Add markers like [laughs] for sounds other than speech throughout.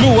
no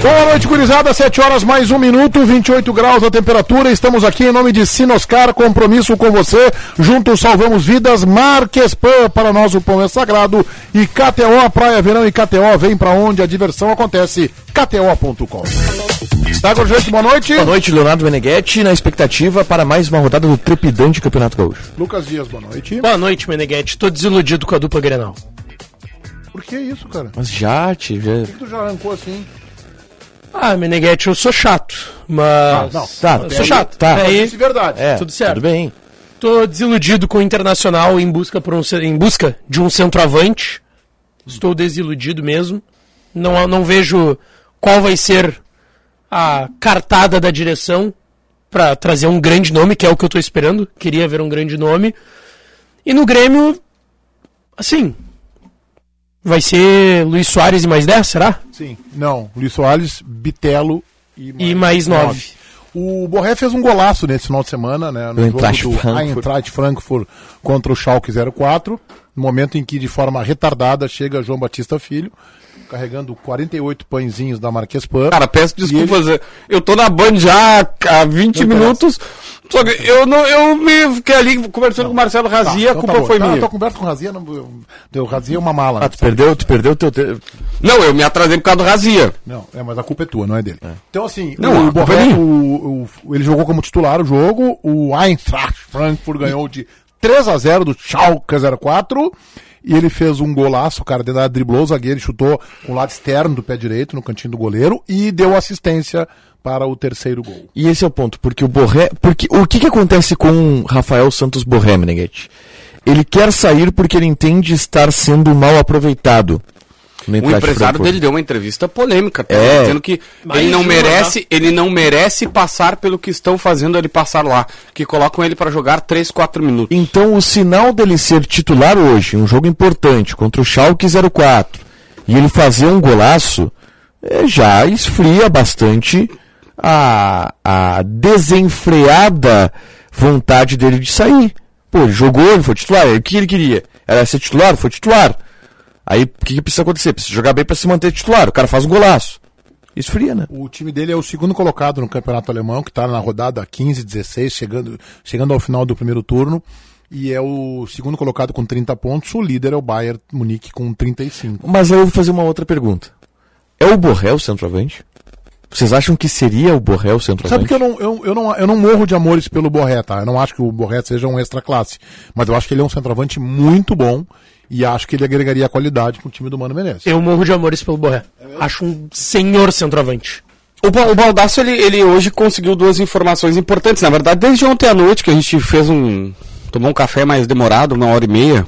Boa noite, gurizada. 7 horas mais um minuto, 28 graus a temperatura. Estamos aqui em nome de Sinoscar, compromisso com você. Juntos salvamos vidas. Marques Pan para nós o pão é sagrado. E KTO, Praia Verão e KTO, vem para onde a diversão acontece. KTO.com. Tá com gente, boa noite. Boa noite, Leonardo Meneghetti, na expectativa para mais uma rodada do trepidante Campeonato Gaúcho. Lucas Dias, boa noite. Boa noite, Meneghetti. Tô desiludido com a dupla Grenal. Por que isso, cara? Mas já, tive. Por que tu já arrancou assim? Ah, Meneghetti, eu sou chato, mas... não. Tá, Eu sou chato. Tá. Aí, Isso é verdade. É, Tudo certo. Tudo bem. tô desiludido com o Internacional em busca, por um, ce- em busca de um centroavante. Estou desiludido mesmo. Não, não vejo qual vai ser a cartada da direção para trazer um grande nome, que é o que eu tô esperando. Queria ver um grande nome. E no Grêmio, assim, vai ser Luiz Soares e mais 10, será? Sim. Não, Luiz Soares, Bitelo E mais 9. O Borré fez um golaço nesse final de semana, né? No Do Eintracht jogo do Frankfurt. Eintracht Frankfurt contra o Schalke 04. No momento em que, de forma retardada, chega João Batista Filho, carregando 48 pãezinhos da Marques Pan. Cara, peço desculpas. Eu tô na Band já há 20 Não minutos. Só que eu não, eu me fiquei ali conversando com o Marcelo Tá, Razia, a então tá culpa bom. foi Tá, minha. Tá, Eu tô conversa com o Razia, não, eu- eu- o Razia é uma mala. Ah, tu perdeu, tu perdeu o teu... Te... Não, eu me atrasei por causa do Razia. Não, é, mas a culpa é tua, não é dele. Então, assim, Não, o a culpa é Borré, minha. o- o- ele jogou como titular o jogo, o Eintracht Frankfurt ganhou de 3 a 0 do Schalke 04, e ele fez um golaço, o cara dentro da área, driblou o zagueiro, e chutou com o lado externo do pé direito, no cantinho do goleiro, e deu assistência para o terceiro gol. E esse é o ponto, porque o Borré. Porque, o que, que acontece com o Rafael Santos Borré, Meneghetti? Ele quer sair porque ele entende estar sendo mal aproveitado. no O Eintracht Um empresário Frankfurt. dele deu uma entrevista polêmica, tá? É. dizendo que Mais ele não uma, merece, ele não merece passar pelo que estão fazendo ele passar lá, que colocam ele pra jogar 3, 4 minutos. Então, o sinal dele ser titular hoje, um jogo importante, contra o Schalke 04, e ele fazer um golaço, eh, já esfria bastante a, a desenfreada vontade dele de sair. Pô, ele jogou, ele foi titular, é o que ele queria? Era ser titular, foi titular. Aí, o que, que precisa acontecer? Precisa jogar bem pra se manter titular, o cara faz um golaço. Esfria, né? O time dele é o segundo colocado no campeonato alemão, que está na rodada 15, 16, chegando, chegando ao final do primeiro turno. E é o segundo colocado com 30 pontos. O líder é o Bayern Munique com 35. Mas aí eu vou fazer uma outra pergunta. É o Borré o centroavante? Vocês acham que seria o Borré o centroavante? Sabe que eu não, eu, eu, não, eu não morro de amores pelo Borré, tá? Eu não acho que o Borré seja um extra classe. Mas eu acho que ele é um centroavante muito bom. E acho que ele agregaria qualidade pro time do Mano Menezes. Eu morro de amores pelo Borré. É Acho um senhor centroavante. O, Ba- o Baldasso, ele, ele hoje conseguiu duas informações importantes. Na verdade, desde ontem à noite que a gente fez um. tomou um café mais demorado, uma hora e meia.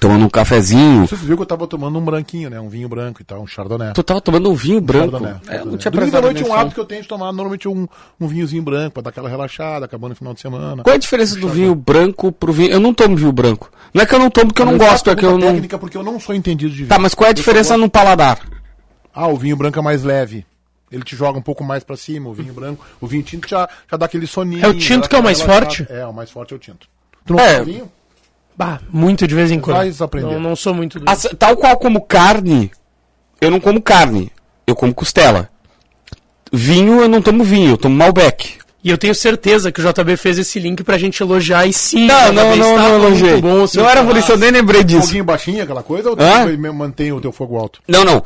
Tomando um cafezinho. Você viu que eu tava tomando um branquinho, né? Um vinho branco e tal, um chardonnay. Tu tava tomando um vinho branco. Chardonnay. É, eu não tinha Domingo à prestado noite é um atenção. hábito que eu tenho de tomar normalmente um, um vinhozinho branco pra dar aquela relaxada, acabando o final de semana. Qual é a diferença do vinho branco pro vinho. Eu não tomo vinho branco. Não é que eu não tomo porque eu não gosto, é que eu não. técnica porque eu não sou entendido de vinho. Tá, mas qual é a diferença no paladar? Ah, o vinho branco é mais leve. Ele te joga um pouco mais pra cima, o vinho branco. O vinho tinto já, já dá aquele soninho. É o tinto já dá que é o aquela mais relaxada. forte? É, o mais forte é o tinto. Tu não É. toma vinho? Bah, muito de vez em quando. Faz aprender. Não, não sou muito do... Assim, tal qual como carne, eu não como carne. Eu como costela. Vinho, eu não tomo vinho, eu tomo Malbec. E eu tenho certeza que o JB fez esse link pra gente elogiar e sim. Não, JB, não, não, estava não, não, muito gente. bom o seu Não era trabalho. por É, isso, eu nem lembrei disso. Foguinho baixinho, aquela coisa, ou tu Hã? me- mantém o teu fogo alto? Não, não.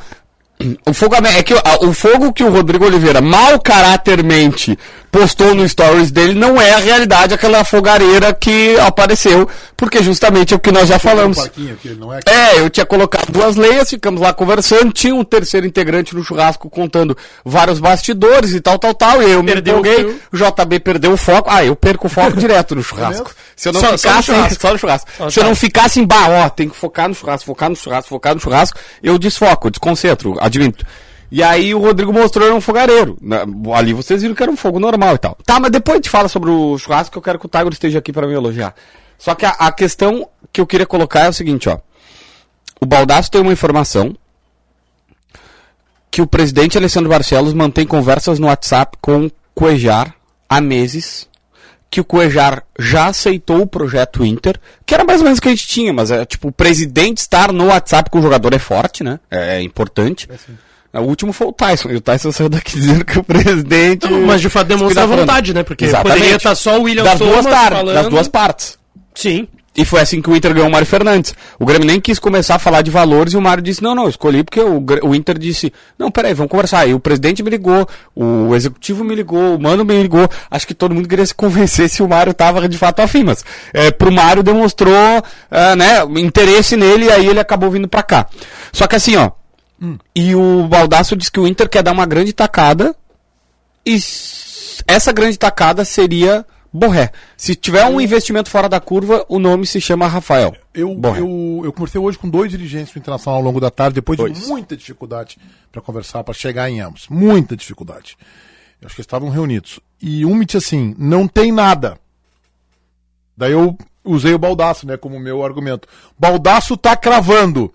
O fogo ame- é que o- a- o fogo que o Rodrigo Oliveira mal caratermente postou no stories dele não é a realidade aquela fogareira que apareceu, porque justamente é o que nós já falamos. Um parquinho aqui, não é? É, eu tinha colocado duas leias, ficamos lá conversando, tinha um terceiro integrante no churrasco contando vários bastidores e tal, tal, tal, e eu me Perdeu o empolguei, fio. o JB perdeu o foco, ah, eu perco o foco direto no churrasco. mesmo? Se eu não Só- só no ficasse, tá. churrasco. só no churrasco. Só no Se eu não churrasco. ficasse em bar, ó, tem que focar no churrasco, focar no churrasco, focar no churrasco, eu desfoco, eu desconcentro, admito. E aí o Rodrigo mostrou era um fogareiro. Na- Ali vocês viram que era um fogo normal e tal. Tá, mas depois a gente fala sobre o churrasco que eu quero que o Tiger esteja aqui pra me elogiar. Só que a, a questão que eu queria colocar é o seguinte, ó. O Baldasso tem uma informação que o presidente Alessandro Barcelos mantém conversas no WhatsApp com Cuejar, há meses que o Cuejar já aceitou o projeto Inter, que era mais ou menos o que a gente tinha, mas é tipo, o presidente estar no WhatsApp com o jogador é forte, né? É, importante. o último foi o Tyson, e o Tyson saiu daqui [laughs] dizendo que o presidente. Não, mas de fato demonstra a Respira fundo. vontade, né? Porque Exatamente. poderia estar só o William das duas, Thomas tar- falando. das duas partes. Sim. E foi assim que o Inter ganhou o Mário Fernandes. O Grêmio nem quis começar a falar de valores e o Mário disse: não, não, eu escolhi porque o, Gr- o Inter disse: não, peraí, vamos conversar. E o presidente me ligou, o executivo me ligou, o mano me ligou. Acho que todo mundo queria se [laughs] convencer se o Mário estava de fato afim, mas é, pro Mário demonstrou ah, né, interesse nele e aí ele acabou vindo pra cá. Só que assim, ó. E o Baldasso diz que o Inter quer dar uma grande tacada e s- essa grande tacada seria Borré. Se tiver um investimento fora da curva, o nome se chama Rafael. Eu, Borré. eu, eu conversei hoje com dois dirigentes do Internacional ao longo da tarde, depois Dois. de muita dificuldade para conversar, para chegar em ambos. Muita dificuldade. Eu acho que estavam reunidos. E um me disse assim: não tem nada. Daí eu usei o baldaço, né, como meu argumento. Baldaço tá cravando.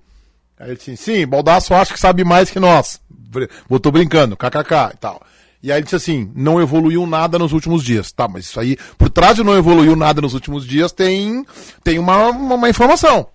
Aí ele disse, sim, Baldasso acha que sabe mais que nós. Br- Botou brincando, kkk e tal. E aí ele disse assim, não evoluiu nada nos últimos dias. Tá, mas isso aí, por trás de não evoluiu nada nos últimos dias, tem, tem uma, uma, uma informação.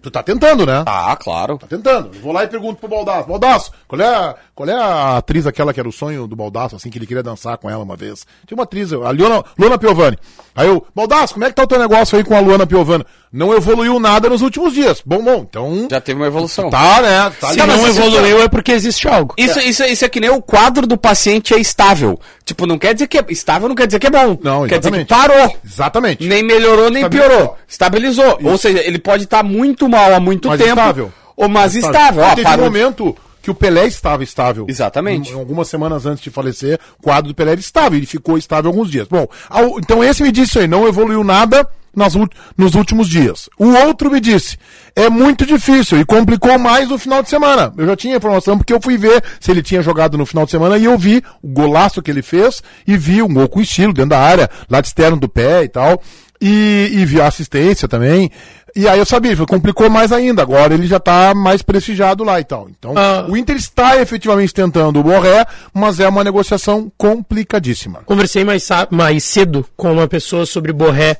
Tu tá tentando, né? Ah, claro. Tá tentando. Eu vou lá e pergunto pro Baldasso. Baldasso, qual é, a, qual é a atriz aquela que era o sonho do Baldasso, assim, que ele queria dançar com ela uma vez? Tinha uma atriz, a Luana, Luana Piovani. Aí eu, Baldasso, como é que tá o teu negócio aí com a Luana Piovani? Não evoluiu nada nos últimos dias. Bom, bom, então... Já teve uma evolução. Tá, né? Tá Se ali. não mas assim, isso- evoluiu é porque existe algo. Isso, isso, isso é que nem o quadro do paciente é estável. Tipo, não quer dizer que é estável, não quer dizer que é bom. Não, quer dizer que exatamente. parou. Exatamente. Tá. Nem melhorou, nem Estabilizou. piorou. Estabilizou. Ou seja, ele pode estar muito mal há muito Mas tempo. estável. Ou mas estável. Ó, Teve um parou. momento que o Pelé estava estável. Exatamente. Em- algumas semanas antes de falecer, o quadro do Pelé era estável. Ele ficou estável alguns dias. Bom, ao- então esse me disse aí, não evoluiu nada nas ult- nos últimos dias. O outro me disse, é muito difícil e complicou mais no final de semana. Eu já tinha informação porque eu fui ver se ele tinha jogado no final de semana e eu vi o golaço que ele fez e vi um gol com estilo dentro da área, lado externo do pé e tal. E, e vi a assistência também. E aí eu sabia, foi- complicou mais ainda. Agora ele já tá mais prestigiado lá e tal. Então, Ah. o Inter está efetivamente tentando o Borré, mas é uma negociação complicadíssima. Conversei mais, sa- mais cedo com uma pessoa sobre Borré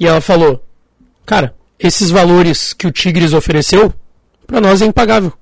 e ela falou: Cara, esses valores que o Tigres ofereceu, pra nós é impagável.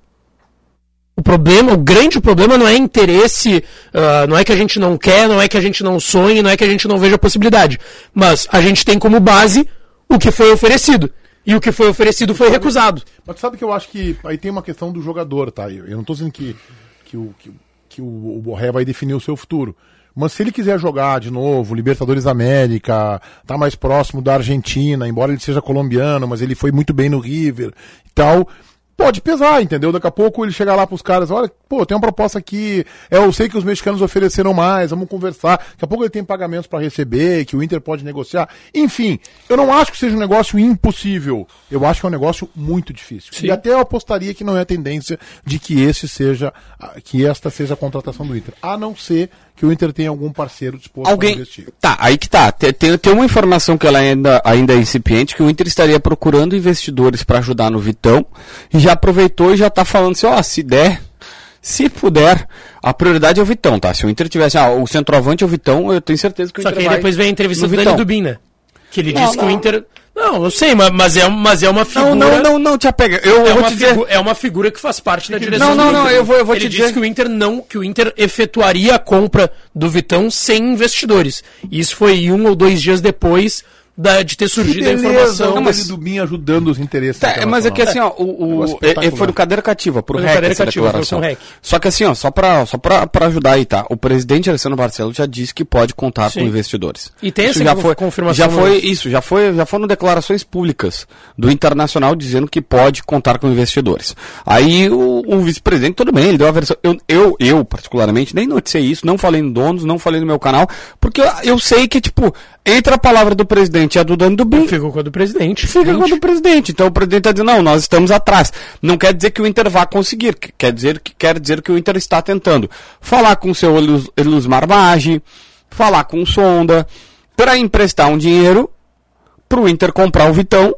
O problema, o grande problema não é interesse, ah, não é que a gente não quer, não é que a gente não sonhe, não é que a gente não veja a possibilidade. Mas a gente tem como base o que foi oferecido. E o que foi oferecido foi recusado. Mas sabe que eu acho que aí tem uma questão do jogador, tá? Eu, eu não tô dizendo que, que, o, que, que o, o Borré vai definir o seu futuro. Mas se ele quiser jogar de novo, Libertadores da América, tá mais próximo da Argentina, embora ele seja colombiano, mas ele foi muito bem no River e tal, pode pesar, entendeu? Daqui a pouco ele chega lá pros caras, olha, pô, tem uma proposta aqui, é, eu sei que os mexicanos ofereceram mais, vamos conversar. Daqui a pouco ele tem pagamentos pra receber, que o Inter pode negociar. Enfim, eu não acho que seja um negócio impossível. Eu acho que é um negócio muito difícil. E até eu apostaria que não é a tendência de que esse seja, a- que esta seja a contratação do Inter. A não ser que o Inter tenha algum parceiro disposto a Alguém. investir. Tá, aí que tá. Tem, tem, tem uma informação que ela ainda, ainda é incipiente, que o Inter estaria procurando investidores para ajudar no Vitão. E já aproveitou e já tá falando assim, ó, se der, se puder, a prioridade é o Vitão, tá? Se o Inter tivesse, ah, o centroavante é o Vitão, eu tenho certeza que o Só Inter que aí vai depois vem a entrevista no do Dani Vitão. Dubin, né? Que ele disse que o Inter. Não, eu sei, ma- mas é, mas é uma figura. Não, não, não, não, te apega. Eu é, vou uma te dizer. figu- é uma figura que faz parte da direção. Não, não, do não, Inter. eu vou- eu vou Ele te disse dizer- que o Inter não, que o Inter efetuaria a compra do Vitão sem investidores. E isso foi um ou dois dias depois da- de ter surgido a informação. o mas- Dani Dubin ajudando os interesses. Tá, é, mas é que internacionais. assim, ó, o, o, Negócio é- é- espetacular. foi no cadeira cativa, por Foi no REC, cadeira essa cativa, foi declaração. com REC. Só que assim, ó, só pra, só pra, pra ajudar aí, tá? O presidente Alessandro Barcelo já disse que pode contar Sim. com investidores. E tem isso essa já conf- foi, confirmação Já foi, hoje. isso, já foi, já foram declarações públicas do Internacional dizendo que pode contar com investidores. Aí o, o vice-presidente, tudo bem, ele deu a versão. Eu, eu, eu, particularmente, nem noticiei isso, não falei no donos, não falei no meu canal, porque eu, eu sei que, tipo, entre a palavra do presidente e a do dono do BIM, Ficou com a do presidente. Fica com a do presidente. Então o presidente está dizendo, não, nós estamos atrás. Não quer dizer que o Inter vá conseguir, que- quer dizer que, quer dizer que o Inter está tentando. Falar com o seu Elus- Elusmar Maggi, falar com o Sonda, para emprestar um dinheiro para o Inter comprar o Vitão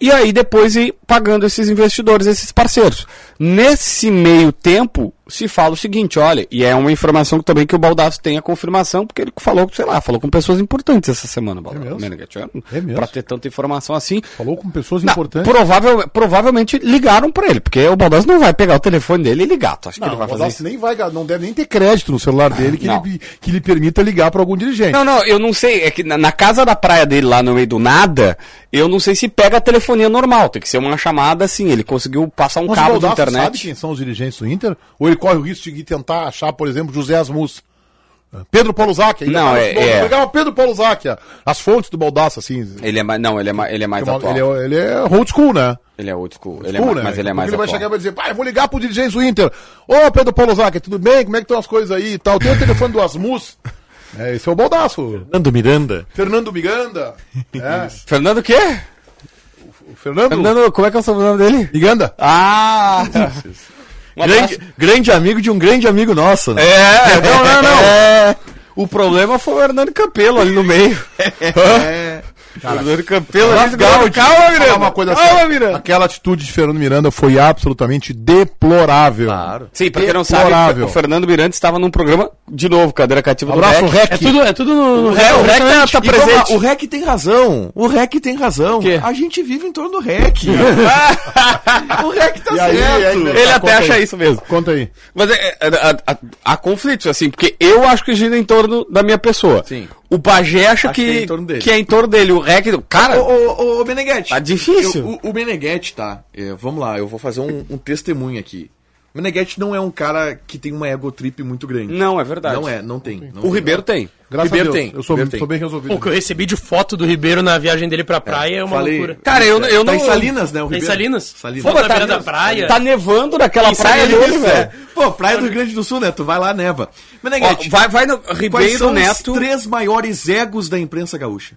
e aí depois ir pagando esses investidores, esses parceiros. Nesse meio tempo, se fala o seguinte, olha, e é uma informação que também que o Baldasso tem a confirmação, porque ele falou, sei lá, falou com pessoas importantes essa semana, Baldasso. mesmo? Meneghetti, eu- É mesmo? Pra ter tanta informação assim. Falou com pessoas Não, importantes. provável, provavelmente ligaram pra ele, porque o Baldasso não vai pegar o telefone dele e ligar. Tu acha que ele vai o fazer Rodalso isso? nem vai, não deve nem ter crédito no celular dele que, Não. ele, que lhe permita ligar para algum dirigente. Não, não, eu não sei. É que na, na casa da praia dele, lá no meio do nada, eu não sei se pega a telefonia normal. Tem que ser uma chamada assim. Ele conseguiu passar um Mas cabo o de Baldasso internet. sabe quem são os dirigentes do Inter? Ou ele corre o risco de tentar achar, por exemplo, José Asmus? É, Pedro Paulo Zacchia. Não, Ele é- fala, é. "Vou pegar o Pedro Paulo Zacchia. As fontes do Baldaço, assim. Ele é mais. Não, ele é mais, ele é mais atual. Ele é, ele é old school, né? Ele é old school. Ele é, School, ma- né? Mas ele é mais Ele vai chegar e atual. vai dizer, pai, eu vou ligar pro dirigente do Inter. Ô, Pedro Paulo Zacchia, tudo bem? Como é que estão as coisas aí e tal? Tem o telefone do Asmus? [laughs] É, esse é o Baldaço. Fernando Miranda. Fernando Miganda. É, Fernando o quê? o Fernando... Fernando, como é que é o sobrenome dele? Miganda. Ah! Um abraço. Grande, grande amigo de um grande amigo nosso, né? É, não, não, não. O problema foi o Hernando Campelo ali no meio. Hã? O Hernando Campelo ali Calma, Calma, Miranda. Uma coisa Calma, séria. Miranda. Aquela atitude de Fernando Miranda foi absolutamente deplorável. Claro. Sim, pra quem não sabe, Deplorável. o Fernando Miranda estava num programa, de novo, cadeira cativa Abraço, do REC. Rec. É tudo, é tudo no, né? no É, o REC tá, tá E vamos lá, presente. o REC tem razão. O REC tem razão. Quê? A gente vive em torno do [laughs] REC. Ah, o REC tá E aí, aí, certo. né? Ele Tá, até conta acha aí. isso mesmo. Conta aí. Mas é, é, há- há- há conflitos, assim, porque eu acho que gira em torno da minha pessoa. Sim. O Bagé acha Acho que é que, em torno dele. que é em torno dele. O REC. Cara, Ô, ô, ô, Meneghetti. Tá difícil. Eu- o, o Meneghetti, tá? É, vamos lá, eu vou fazer um, um testemunho aqui. O Meneghetti não é um cara que tem uma ego trip muito grande. Não, é verdade. Não é, não tem. não o Ribeiro tem. Graças Ribeiro a Deus. tem, Eu sou, Ribeiro tem. sou bem resolvido. O que eu recebi de foto do Ribeiro na viagem dele pra praia é, uma Falei. loucura. Cara, eu, eu Tá não. em Salinas, né? O Tá em Ribeiro? Salinas? Salinas. Foda, Pô, Na beira da praia. Tá nevando naquela Em Ah, praia Salinas, dele, velho. é. Pô, praia do Rio Grande do Sul, né? Tu vai lá, neva. é. Ó, Meneghetti, Vai, vai no quais Ribeiro são Neto. os três maiores egos da imprensa gaúcha?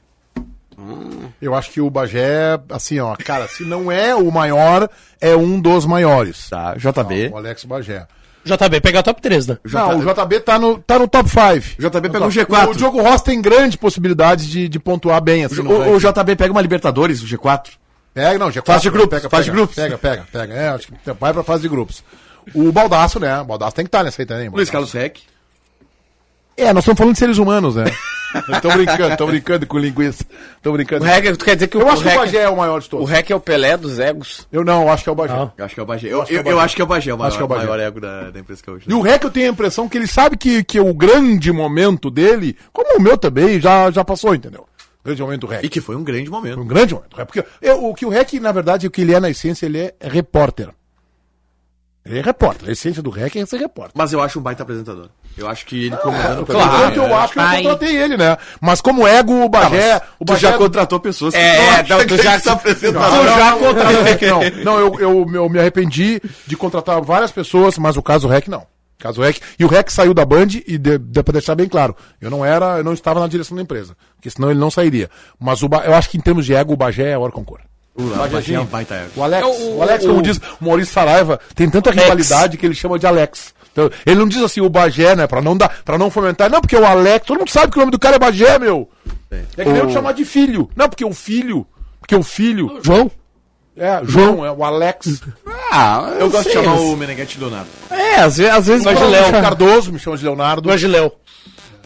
Eu acho que o Bagé, assim, ó, cara, se não é o maior, é um dos maiores. Tá, JB. O Alex Bagé. JB pegar top 3, né? Não, o JB tá no, tá no top 5. JB pegou o o G4. O Diogo Ross tem grandes possibilidades de, de pontuar bem, assim. no O, ranking. o JB pega uma Libertadores, o G4. Pega, não, G4. Fase de grupos, Pega, fase pega, de grupos. Pega, pega, pega. É, acho que vai pra fase de grupos. O Baldaço, né? O Baldaço tem que estar nessa aí também. Luiz Baldasso. Carlos Reck. É, nós estamos falando de seres humanos, [laughs] né? Tô brincando, tô brincando com linguiça. Tô brincando. O REC, tu quer dizer que Eu o, acho que o REC, Bagé é o maior de o todos. REC é o Pelé dos egos? Eu não, eu acho que é o Bagé. Ah. Eu acho que é o Bagé. Eu, acho que é o eu- Bagé. eu acho que é o Bagé, o maior, Acho que é o Bagé. maior ego da, da imprensa gaúcha. E o Rec, eu tenho a impressão que ele sabe que, que o grande momento dele, como o meu também, já, já passou, entendeu? O grande momento do Rec. E que foi um grande momento. Um grande momento. É porque eu- o que o REC, na verdade, o que ele é na essência, ele é repórter. Ele é repórter. A essência do REC é ser repórter. Mas eu acho um baita apresentador. Eu acho que ele Claro, comandando Tanto eu acho que eu Ai. contratei ele, né? Mas como ego, o Bagé... o Tá, Tu Bagé Ah, já contratou pessoas que É, é, acham não, tu que já- [laughs] ele tá apresentador. Não, não, não, [laughs] não, não, eu, eu, eu me arrependi de contratar várias pessoas, mas o caso REC não. O Caso REC. E o REC saiu da Band e de, de, pra deixar bem claro, eu não era, eu não estava na direção da empresa. Porque senão ele não sairia. Mas o, Ba- eu acho que em termos de ego, o Bagé é a hora concor. O Bagé é um baita ego. O Alex, É, o- o Alex, como o- diz o Maurício Saraiva, tem tanta rivalidade que ele chama de Alex. Então, ele não diz assim o Bagé, né? Pra não, dar, pra não fomentar. Não, porque o Alex, todo mundo sabe que o nome do cara é Bagé, meu. É que nem eu te chamar de filho. Não, porque o filho. Porque o filho. João? É, João, é o Alex. Ah, Eu gosto de sei. chamar o Meneghetti Donato. É, às vezes, às vezes Mas pra- o Léo- Léo Cardoso, me chama de Leonardo. Mas de Léo.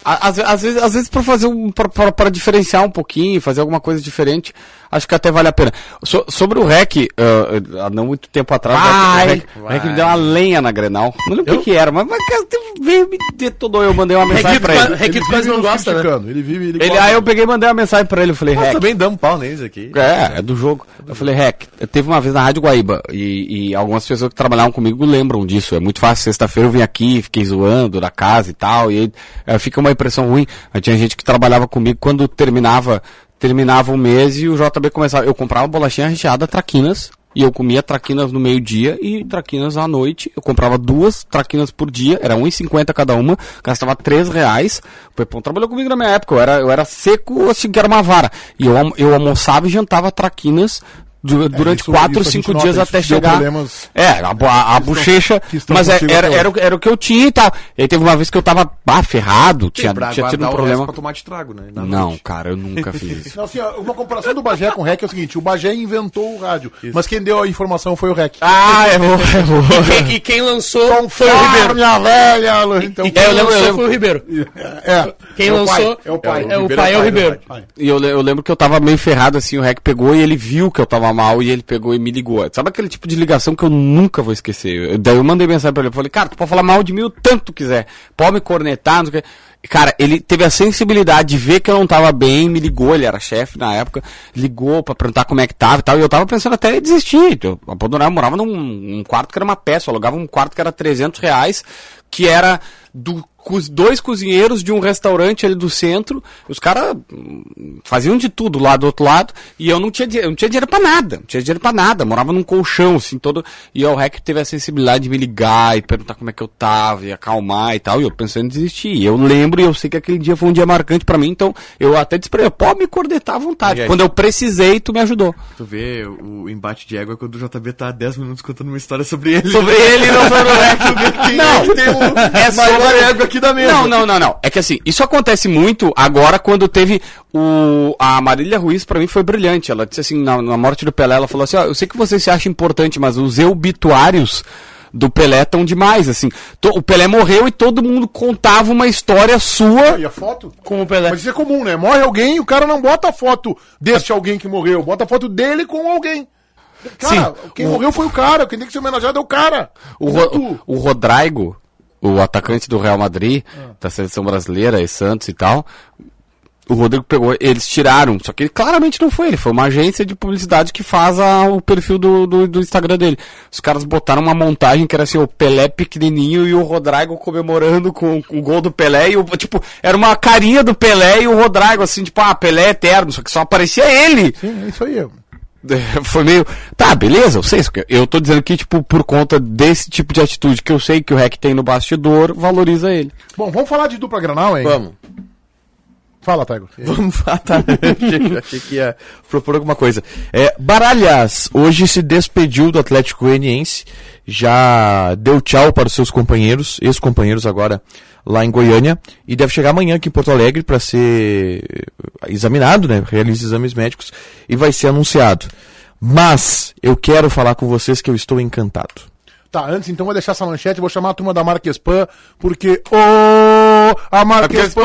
a- às, às vezes, às vezes pra fazer um, pra, pra- pra diferenciar um pouquinho, fazer alguma coisa diferente, acho que até vale a pena. So- sobre o REC, ah, há não muito tempo atrás, né, Vai, o REC, o REC me deu uma lenha na Grenal. Não lembro o que que era, mas, mas cara, teve- veio me detonou, eu mandei uma mensagem Requito pra é ele. quase- Requito quase não nos gosta, né? criticando, Ele vive, ele, ele. gosta. Aí eu peguei e mandei uma mensagem pra ele, eu falei, Nós REC, também damos pau neles aqui. É, é do jogo. Eu falei, Rec, teve uma vez na Rádio Guaíba e, e algumas pessoas que trabalhavam comigo lembram disso. É muito fácil. Sexta-feira eu vim aqui, fiquei zoando da casa e tal, e aí eh, fica uma impressão ruim. Mas tinha gente que trabalhava comigo quando terminava terminava o mês e o JB começava. Eu comprava bolachinha recheada, traquinas, e eu comia traquinas no meio-dia e traquinas à noite. Eu comprava duas traquinas por dia, era R$1,50 cada uma, gastava R$3,00. reais. O Pepão trabalhou comigo na minha época, eu era, eu era seco assim que era uma vara. E eu, almo- eu almoçava e jantava traquinas du- durante É, isso- isso quatro, a gente cinco nota, dias isso até deu chegar. problemas É, a, bo- a, a bochecha. que estão Mas é- contigo era, até era, o- era o que eu tinha e tal. E aí teve uma vez que eu tava ah, ferrado, tinha, pra tinha guardar tido um o resto problema. pra tomar de trago, né? Na Não, noite. cara, eu nunca fiz [laughs] isso. Não, assim, ó, uma comparação do Bagé com o REC é o seguinte: o Bagé inventou o rádio, mas quem deu a informação foi o REC. ah, é bom, é bom. E, e quem lançou foi o Ah, Ribeiro. minha velha! Lu- Então, E quem eu lembro, eu lançou lembro. foi o Ribeiro. é. Quem É o pai, lançou é o pai. é o pai, é o Ribeiro. E eu, le- eu lembro que eu tava meio ferrado, assim, o Rec pegou e ele viu que eu tava mal e ele pegou e me ligou. Sabe aquele tipo de ligação que eu nunca vou esquecer? Eu- daí eu mandei mensagem pra ele, eu falei, cara, tu pode falar mal de mim o tanto tu quiser, pode me cornetar, não sei o quê. E, Cara, ele teve a sensibilidade de ver que eu não tava bem, me ligou, ele era chefe na época, ligou pra perguntar como é que tava e tal, e eu tava pensando até em desistir. Eu abandonar, eu morava num num quarto que era uma peça, eu alugava um quarto que era 300 reais, que era do co- dois cozinheiros de um restaurante ali do centro, os caras hum, faziam de tudo lá do outro lado, e eu não tinha, dinhe- eu não tinha dinheiro pra nada, não tinha dinheiro pra nada, morava num colchão, assim, todo, e o Rec teve a sensibilidade de me ligar e perguntar como é que eu tava, e acalmar e tal, e eu pensando em desistir, E eu lembro e eu sei que aquele dia foi um dia marcante pra mim, então eu até disse pra ele, pode me cornetar à vontade, E aí? quando eu precisei, tu me ajudou. Tu vê o embate de égua quando o JB tá há 10 minutos contando uma história sobre ele. Sobre ele, não sobre o Rec. Tu vê quem Não. é [laughs] que tem um o [laughs] É maior sobre- égua aqui da mesa. Não, não, não, não. É que assim, isso acontece muito agora quando teve o. A Marília Ruiz, pra mim, foi brilhante. Ela disse assim, na, na morte do Pelé, ela falou assim: ó, eu sei que você se acha importante, mas os obituários do Pelé estão demais, assim. To- o Pelé morreu e todo mundo contava uma história sua. E a foto? Com o Pelé. Mas isso é comum, né? Morre alguém e o cara não bota a foto deste alguém que morreu, bota a foto dele com alguém. Cara, Sim. quem morreu foi o cara, quem tem que ser homenageado é o cara. O, Não Ro- tu. o Rodrigo, o atacante do Real Madrid, Ah. da seleção brasileira e Santos e tal. O Rodrigo pegou, eles tiraram, só que ele claramente não foi ele, foi uma agência de publicidade que faz a- o perfil do, do, do Instagram dele. Os caras botaram uma montagem que era assim, o Pelé pequenininho e o Rodrigo comemorando com, com o gol do Pelé, e o, tipo, era uma carinha do Pelé e o Rodrigo, assim, tipo, ah, Pelé é eterno, só que só aparecia ele. Sim, é isso aí. É, [laughs] Foi meio. Tá, beleza, eu sei. isso que- Eu tô dizendo que, tipo, por conta desse tipo de atitude que eu sei que o REC tem no bastidor, valoriza ele. Bom, vamos falar de dupla Granal, hein? Vamos. Fala, Taigo. Vamos lá, tá. [laughs] Achei- Achei que ia propor alguma coisa. É, Baralhas hoje se despediu do Atlético Goianiense, já deu tchau para os seus companheiros, ex-companheiros agora lá em Goiânia, e deve chegar amanhã aqui em Porto Alegre para ser eh, examinado, né? Realiza exames médicos e vai ser anunciado. Mas eu quero falar com vocês que eu estou encantado. Tá, antes então vou deixar essa manchete, vou chamar a turma da Marquespan, porque ô, a Marquespan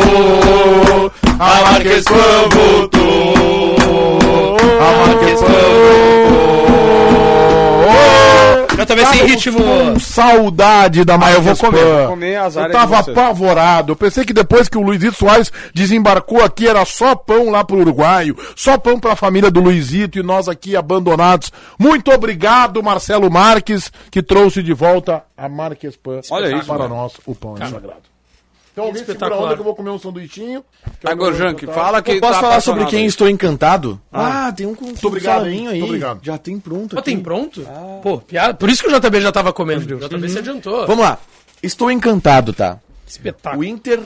voltou, a Marquespan voltou, a Marquespan voltou. Eu também sem Tava ritmo. com saudade da Marquespan. eu comer, Ah, vou comer as Eu áreas tava de vocês. apavorado, eu pensei que depois que o Luizito Soares desembarcou aqui, era só pão lá pro Uruguaio, só pão pra família do Luizito e nós aqui abandonados. Muito obrigado, Marcelo Marques, que trouxe de volta a Marquespan Olha isso, para mano. nós o pão é sagrado. Então alguém segura a espetacular. onda que eu vou comer um sanduichinho. que eu Tá, não vou Gorjan, que jantar. fala que. Eu posso tá falar sobre apaixonado. quem estou encantado? Ah, tem um com um obrigado, salaminho hein? Muito obrigado. Já tem pronto. Ó, aqui. tem pronto? Ah. Pô, piada. Por isso que o JB já tava comendo. O JB se adiantou. Vamos lá. Estou encantado, tá? O Espetáculo. Inter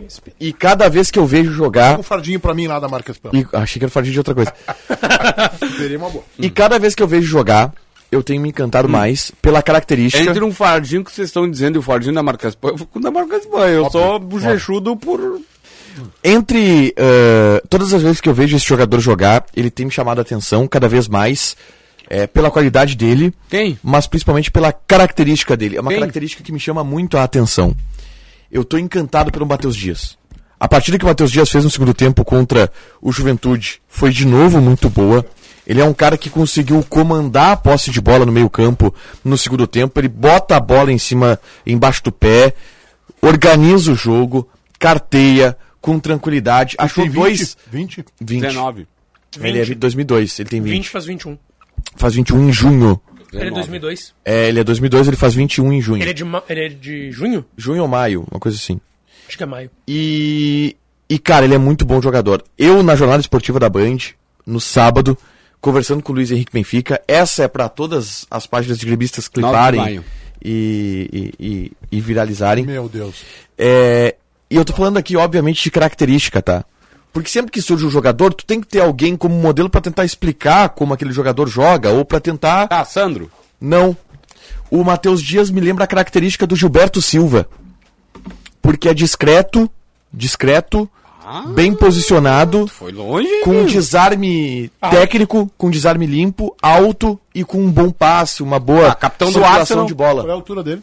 é e cada vez que eu vejo jogar Um fardinho pra mim lá da Marquespan. e- achei que era falar de outra coisa. Seria uma boa. E cada vez que eu vejo jogar, eu tenho me encantado mais pela característica. Entre um fardinho que vocês estão dizendo e o fardinho da marca Espanha, eu fico na marca Espanha. Eu sou bochechudo por. Entre eh, todas as vezes que eu vejo esse jogador jogar, ele tem me chamado a atenção cada vez mais eh, pela qualidade dele, Quem? mas principalmente pela característica dele. É uma Quem? característica que me chama muito a atenção. Eu tô encantado pelo Matheus Dias. A partida que o Matheus Dias fez no segundo tempo contra o Juventude foi de novo muito boa. Ele é um cara que conseguiu comandar a posse de bola no meio-campo no segundo tempo. Ele bota a bola em cima, embaixo do pé, organiza o jogo, carteia com tranquilidade. Achou dois. 20? 20. 19. Ele é de 2002, ele tem 20. 20 faz 21. Faz 21 em junho. Ele é 2002. É, ele é 2002, ele faz 21 em junho. Ele é, de ma- ele é de junho? Junho ou maio, uma coisa assim. Acho que é maio. E, e cara, ele é muito bom jogador. Eu, na jornada esportiva da Band, no sábado, conversando com o Luiz Henrique Benfica, essa é pra todas as páginas de gribistas de cliparem maio. e, e, e, e viralizarem. Meu Deus. É, e eu tô falando aqui, obviamente, de característica, tá? Porque sempre que surge um jogador, tu tem que ter alguém como modelo pra tentar explicar como aquele jogador joga ou pra tentar Tá, Sandro. não. O Matheus Dias me lembra a característica do Gilberto Silva. Porque é discreto, discreto, bem posicionado, Ah, Foi longe. com um desarme técnico, com um desarme limpo, alto e com um bom passe, uma boa Ah, capitão do circulação Arsenal. Ah, de Qual é a bola. altura dele?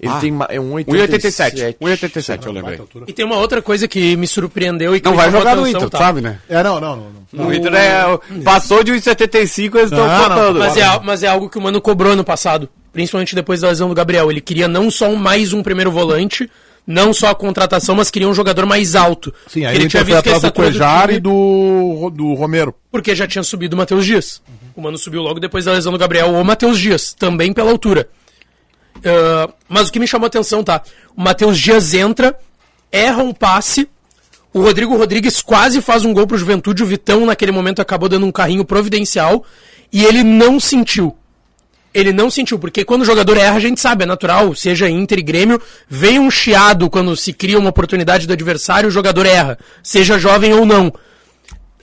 Ele tem uma- é um 1,87. 1,87, eu lembrei. altura. E tem uma outra coisa que me surpreendeu e que Não me vai chamou jogar no atenção, Inter, tá? sabe, né? É, não, não, não. não. No Inter é. Passou de 1,75, eles estão Não, não, contando. Mas é, al- mas é algo que o Mano cobrou no passado, principalmente depois da lesão do Gabriel. Ele queria não só um, mais um primeiro volante, não só a contratação, mas queria um jogador mais alto. Sim, aí Ele ele tinha foi visto que a atrás do estatura do Cuejar time- e do, Ro- do Romero. porque já tinha subido o Matheus Dias. O Mano subiu logo depois da lesão do Gabriel ou Matheus Dias, também pela altura. Ah, mas o que me chamou a atenção, tá? O Matheus Dias entra, erra um passe, o Rodrigo Rodrigues quase faz um gol pro Juventude, o Vitão naquele momento acabou dando um carrinho providencial e ele não sentiu. Ele não sentiu, porque quando o jogador erra, a gente sabe, é natural, seja Inter e Grêmio, vem um chiado quando se cria uma oportunidade do adversário, o jogador erra, seja jovem ou não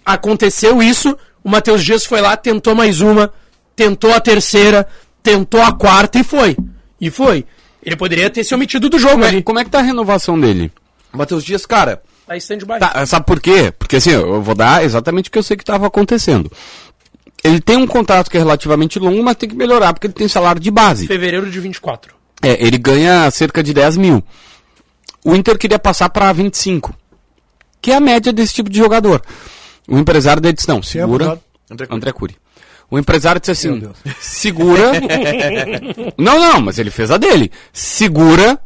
aconteceu isso, o Matheus Dias foi lá, tentou mais uma, tentou a terceira, tentou a quarta e foi. E foi. Ele poderia ter se omitido do jogo Como é, ali. como é que tá a renovação dele? Matheus Dias, cara, Tá stand-by. Tá, sabe por quê? Porque assim, eu vou dar exatamente o que eu sei que estava acontecendo. Ele tem um contrato que é relativamente longo, mas tem que melhorar, porque ele tem salário de base. Fevereiro de 24. É, ele ganha cerca de 10 mil. O Inter queria passar para 25, que é a média desse tipo de jogador. O é empresário dele disse: não, segura. empresário? André Cury. O empresário disse assim: [laughs] segura. não, não, mas ele fez a dele. Segura.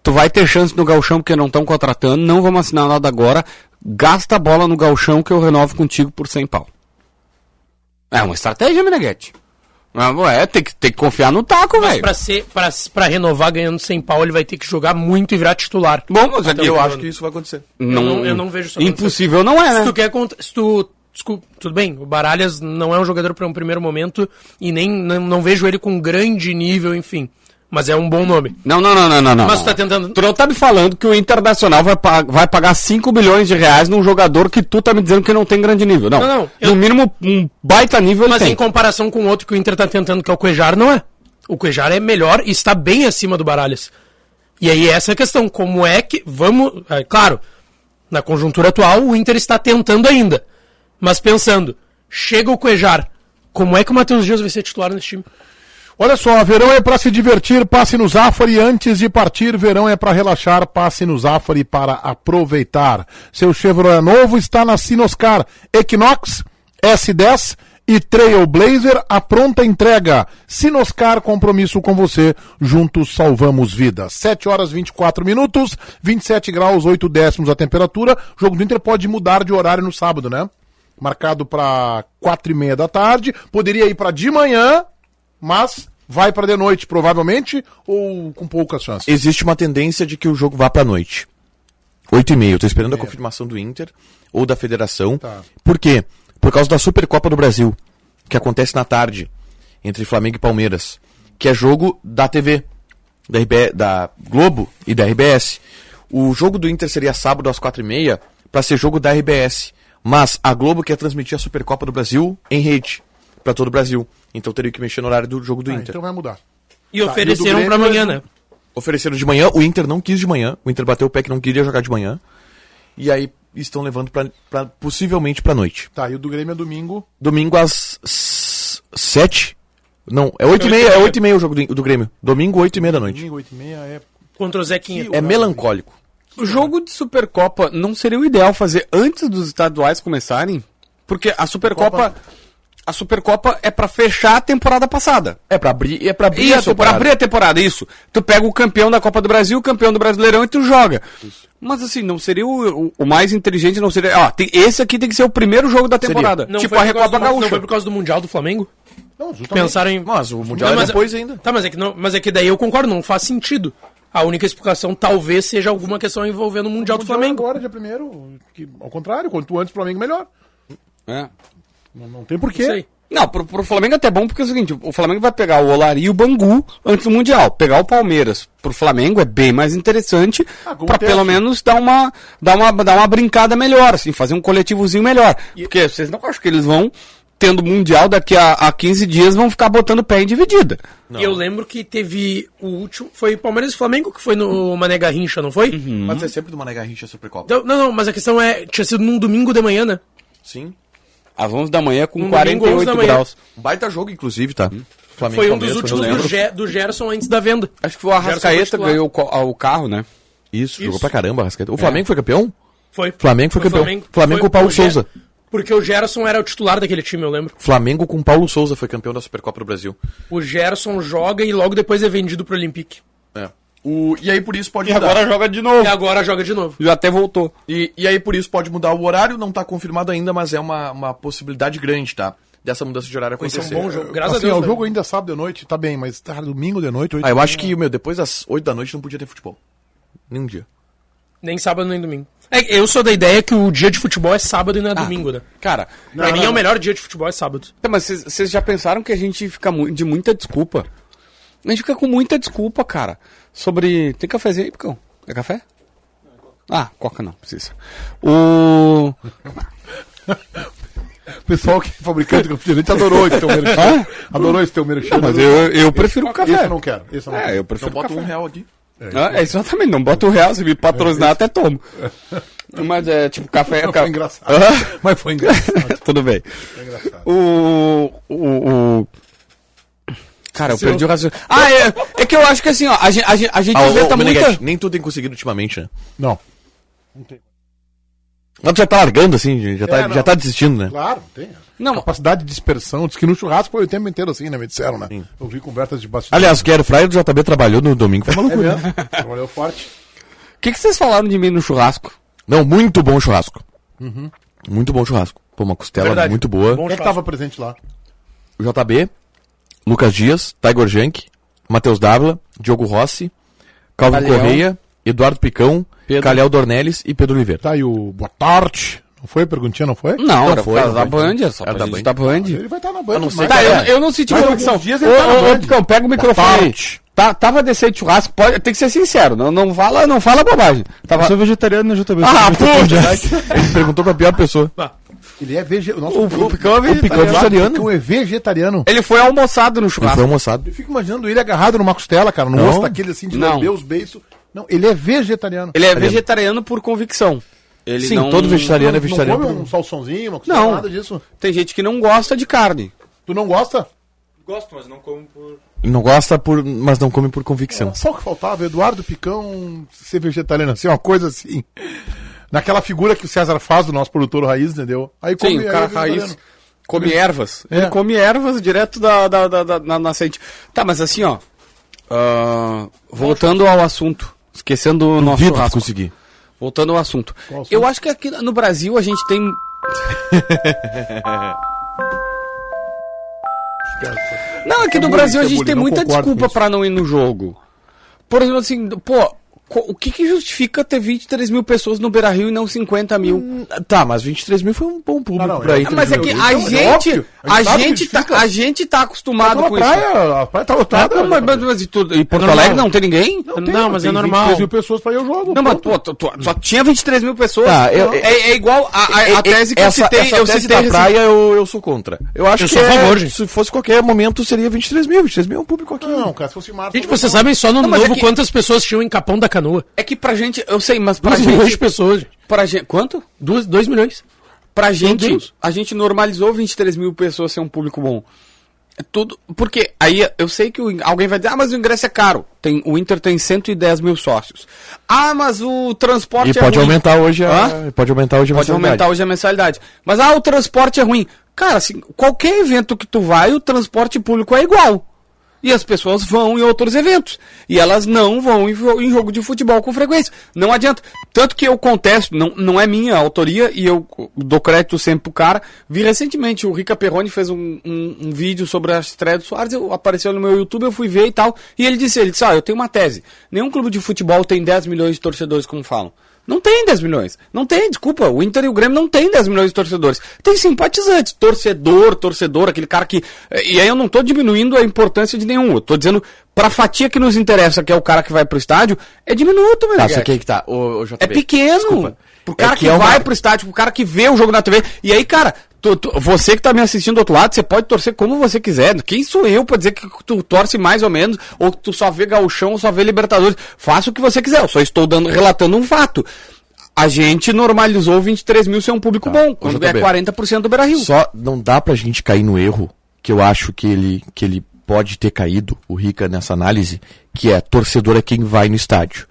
Tu vai ter chance no galchão porque não estão contratando, não vamos assinar nada agora. Gasta a bola no galchão que eu renovo contigo por 100 pau. É uma estratégia, Meneghete. É, tem que, tem que confiar no taco, velho. Pra, ser, pra, pra renovar ganhando sem pau, ele vai ter que jogar muito e virar titular. Bom, mas é que o eu ano. acho que isso vai acontecer. não, não- eu não vejo isso acontecer. Impossível não é, Se né? tu quer. cont- Se tu, desculpa, tudo bem, o Baralhas não é um jogador para um primeiro momento e nem não, não vejo ele com grande nível, enfim. Mas é um bom nome. Não, não, não, não, não. não. Mas tu tá tentando. Tu não tá me falando que o Internacional vai, pa- vai pagar 5 milhões de reais num jogador que tu tá me dizendo que não tem grande nível. Não, Não, não, eu- No mínimo, um baita nível ele Mas tem. em comparação com o outro que o Inter tá tentando, que é o Cuejar, não é. O Cuejar é melhor e está bem acima do Baralhas. E aí essa é a questão, como é que vamos, é, claro, na conjuntura atual o Inter está tentando ainda. Mas pensando, chega o Cuejar, como é que o Matheus Dias vai ser titular nesse time? Olha só, verão é para se divertir, passe no Zafari antes de partir. Verão é para relaxar, passe no Zafari para aproveitar. Seu Chevrolet novo está na Sinoscar. Equinox, S10 e Trailblazer a pronta entrega. Sinoscar, compromisso com você. Juntos salvamos vidas. 7 horas 24 minutos, 27 graus 8 décimos a temperatura. O jogo do Inter pode mudar de horário no sábado, né? Marcado para quatro e meia da tarde. Poderia ir para de manhã mas vai para de noite, provavelmente, ou com poucas chances. Existe uma tendência de que o jogo vá pra noite. 8 e meia. Eu tô esperando a confirmação do Inter ou da Federação. É. Tá. Por quê? Por causa da Supercopa do Brasil, que acontece na tarde, entre Flamengo e Palmeiras, que é jogo da TV, da, RB, da Globo e da RBS. O jogo do Inter seria sábado às quatro e meia para ser jogo da RBS, mas a Globo quer transmitir a Supercopa do Brasil em rede para todo o Brasil. Então teria que mexer no horário do jogo do Ah, Inter. então vai mudar. E ofereceram Grêmio para amanhã, né? Ofereceram de manhã, o Inter não quis de manhã, o Inter bateu o pé que não queria jogar de manhã. E aí estão levando pra, pra- possivelmente pra noite. Tá, e o do Grêmio é domingo. Domingo às s- sete? Não, é oito e meia, é oito e meia o jogo do, do Grêmio. Domingo, oito e meia da noite. Domingo, 8 e meia, é... Contra o Zequinha. É melancólico. O jogo de Supercopa não seria o ideal fazer antes dos estaduais começarem? Porque a Supercopa. A Supercopa é pra fechar a temporada passada. É pra abrir, é pra abrir a Isso, pra temporada. abrir a temporada, isso. Tu pega o campeão da Copa do Brasil, o campeão do Brasileirão e tu joga. Mas assim, não seria o, o- o mais inteligente, não seria. Ó, tem- esse aqui tem que ser o primeiro jogo da temporada. Não Tipo foi a por causa Recopa do- é Não Gaúcha. foi por causa do Mundial do Flamengo? Não, justamente. Pensaram em. Mas o Mundial é mas- depois ainda. Tá, mas é, que não, mas é que daí eu concordo, não faz sentido. A única explicação talvez seja alguma questão envolvendo o Mundial do Mundial é Flamengo. Agora, dia primeiro, que, ao contrário, quanto antes o Flamengo, melhor. É. Não, não tem Não porquê. sei. Não, pro, pro Flamengo até é bom porque é o seguinte, o Flamengo vai pegar o Olari e o Bangu antes do Mundial. Pegar o Palmeiras pro Flamengo é bem mais interessante Ah, com pra certeza. pelo menos dar uma, dar, uma, dar uma brincada melhor, assim, fazer um coletivozinho melhor. Porque vocês não acham que eles vão, tendo Mundial daqui a, a 15 dias, vão ficar botando pé em dividida. E eu lembro que teve o último. Foi Palmeiras e Flamengo que foi no Mané Garrincha, não foi? Uhum. Mas é sempre do Mané Garrincha a Supercopa. Então, não, não, mas a questão é. Tinha sido num domingo de manhã, né? Sim. Às 11 da manhã com No Um domingo, 48 11 da manhã. graus. Um baita jogo, inclusive, tá? Flamengo Foi e um dos Palmeiras, últimos quando eu do, lembro. Ge- do Gerson antes da venda. Acho que foi o Arrascaeta Gerson foi ganhou o, co- a- o carro, né? Isso, jogou pra caramba, Arrascaeta. O É. Flamengo foi campeão? Foi. Flamengo foi campeão. Flamengo com o Paulo Ge- Souza. Porque o Gerson era o titular daquele time, eu lembro. Flamengo com Paulo Souza foi campeão. Campeão da Supercopa do Brasil. O Gerson joga e logo depois é vendido pro Olympique. É. O, e aí por isso pode E mudar. agora joga de novo. E agora joga de novo. Já até voltou. E, e aí por isso pode mudar o horário, não tá confirmado ainda, mas é uma, uma possibilidade grande, tá? Dessa mudança de horário Esse acontecer. é um bom jogo. Graças Assim, a ó, Deus. o né? jogo ainda é sábado de noite, tá bem, mas tá domingo de noite, oito Ah, eu acho que, meu, depois das 8 da noite não podia ter futebol. Nenhum dia. Nem sábado nem domingo. É, eu sou da ideia que o dia de futebol é sábado e não é domingo, né? Cara, pra mim é o melhor dia de futebol é sábado. Tá, mas vocês- vocês já pensaram que a gente fica mu- de muita desculpa? A gente fica com muita desculpa, cara. Sobre. Tem cafezinho aí, Picão? É café? Ah, coca não, precisa. O. [laughs] O pessoal que é fabricante de refrigerante adorou esse teu [laughs] merchan. adorou esse teu merchan. Mas adorou. eu, eu prefiro o Esse café. eu não quero. Esse eu não É, quero. eu prefiro Então bota café. um real aqui. Ah, é, exatamente, não bota o real, se me patrocinar até tomo. Mas é tipo café. Mas ca- Foi engraçado. [laughs] Mas foi engraçado. Tudo bem. Foi engraçado. O. O. o- Cara, eu perdi o raciocínio. Ah, é, é que eu acho que assim, ó, a gente, a gente, a gente Ah, ô, tá inventa ô, muita. Meneghete, nem tudo tem conseguido ultimamente, né? Não. Mas já tá largando, assim, já tá, É, não. já tá desistindo, né? Claro, tem. Não, Capacidade de dispersão. Diz que no churrasco foi o tempo inteiro assim, né? Me disseram, né? Eu vi conversas de bastidores. Aliás, o Guerreiro Fryer do JB trabalhou no domingo, foi uma É loucura. mesmo. [laughs] Trabalhou forte. o que, que vocês falaram de mim no churrasco? Não, muito bom churrasco. Uhum. Muito bom churrasco. Pô, uma costela Verdade. muito boa. Quem Bom é que churrasco. tava presente lá? JB, Lucas Dias, Tiger Jank, Matheus Dávila, Diogo Rossi, Calvin Calhau. Correia, Eduardo Picão, Pedro. Calhau Dornelles e Pedro Oliveira. Tá aí o Boa Tarde. Não foi? Perguntinha, não foi? Não, era foi, por causa não da foi. Band, era só Era pra da gente da Band. Ele vai estar na banda. não sei Tá, Cara, eu, eu não senti mas muita alguns opção. dias ele tá na ô, ô, Band. Picão, pega o microfone. aí. tarde. Tá, tava descendo de churrasco, pode, tem que ser sincero, não, não, fala, não fala bobagem. Tava... sou né, vegetariano no JB. Ah, [laughs] Ele perguntou pra pior pessoa. Ele é vegetariano. O, o Picão é Picão é vegetariano. vegetariano. é vegetariano. Ele foi almoçado no Ele churrasco. foi almoçado. Eu fico imaginando ele agarrado numa costela, cara, no Não. osso daquele assim, de Não. lamber os beiços. Não, ele é vegetariano. Ele é vegetariano por convicção. Ele Sim, não... todo vegetariano é não, não vegetariano. come um salsãozinho, uma Não. nada disso. Tem gente que não gosta de carne. Tu não gosta? Gosto, mas não como por. Não gosta, por, mas não come por convicção. Só o que faltava, Eduardo Picão ser vegetariano, assim, uma coisa assim. Naquela figura que o César faz do nosso produtor raiz, entendeu? Aí Sim, aí o cara é vegetariano. raiz come ervas. É. Ele come ervas direto da, da, da, da- na nascente. Tá, mas assim, ó. ah, voltando ao assunto. Esquecendo o nosso Duvido de churrasco. conseguir. Voltando ao assunto. Qual assunto? Eu acho que aqui no Brasil a gente [laughs] tem. não, É aqui no Brasil a gente tem muita desculpa pra não ir no jogo. Por exemplo, assim, pô, co- o que, que justifica ter 23 mil pessoas no Beira Rio e não 50 mil? Tá, mas 23 mil foi um bom público Hum. Não, não, pra é- ir. Ah, mas é que a Então, é gente, óbvio. A a gente sabe gente que tá, justifica. a gente tá acostumado Tá com na isso. praia, a praia tá Ah, lotada. não, mas, mas, mas e, tudo- e Porto É Normal. Alegre não tem ninguém? tem, não, mas é normal. 23 mil pessoas pra ir ao jogo. Não, mas pronto. pô, tu- tu- só tinha 23 mil pessoas. Tá, eu- é, é igual a, a- a tese que essa, eu citei. essa eu tese citei da rece- praia eu, eu sou contra. Eu acho Eu que sou a é- favor, gente. se fosse qualquer momento seria 23 mil. 23 mil é um público aqui. Não, cara, se fosse Marta. Gente, vocês sabem só no Não, mas é novo que- quantas pessoas tinham em Capão da Canoa? É que pra gente, eu sei, mas pra 2 milhões de gente, pessoas. gente. pra gente, quanto? Duas- 2 milhões. Pra gente, Deus. a gente normalizou 23 mil pessoas ser um público bom. É tudo, porque aí eu sei que o in- alguém vai dizer, ah, mas o ingresso é caro. Tem, o Inter tem 110 mil sócios. Ah, mas o transporte é E pode ruim. aumentar hoje a, Hã? é pode aumentar hoje a Pode mensalidade. aumentar hoje a mensalidade. Mas ah, o transporte é ruim. Cara, assim, qualquer evento que tu vai, o transporte público é igual. E as pessoas vão em outros eventos. E elas não vão em, jo- em jogo de futebol com frequência. Não adianta. Tanto que eu contesto, não, não é minha autoria, e eu dou crédito sempre pro cara. Vi recentemente, o Rica Perrone fez um, um- um vídeo sobre a estreia do Soares, eu- apareceu no meu YouTube, eu fui ver e tal. E ele disse, ele disse, ah, eu tenho uma tese. Nenhum clube de futebol tem 10 milhões de torcedores, como falam. Não tem 10 milhões. Não tem, desculpa. O Inter e o Grêmio não tem 10 milhões de torcedores. Tem simpatizantes, torcedor, torcedor, aquele cara que. eh, E aí eu não tô diminuindo a importância de nenhum. Eu tô dizendo, pra fatia que nos interessa, que é o cara que vai pro estádio, é diminuto, meu Tá, só que aí que tá. Ô, ô, JB, é pequeno. desculpa. Pro cara É que, é uma- vai pro estádio, pro cara que vê o jogo na TV. E aí, cara, tu- tu- você que tá me assistindo do outro lado, você pode torcer como você quiser. Quem sou eu pra dizer que tu torce mais ou menos, ou que tu só vê gauchão, ou só vê Libertadores. Faça o que você quiser. Eu só estou dando, relatando um fato. A gente normalizou 23 mil ser um público bom, quando é JB. 40% do Beira-Rio. Só não dá pra gente cair no erro que eu acho que ele, que ele pode ter caído, o Rica, nessa análise, que é torcedor é quem vai no estádio.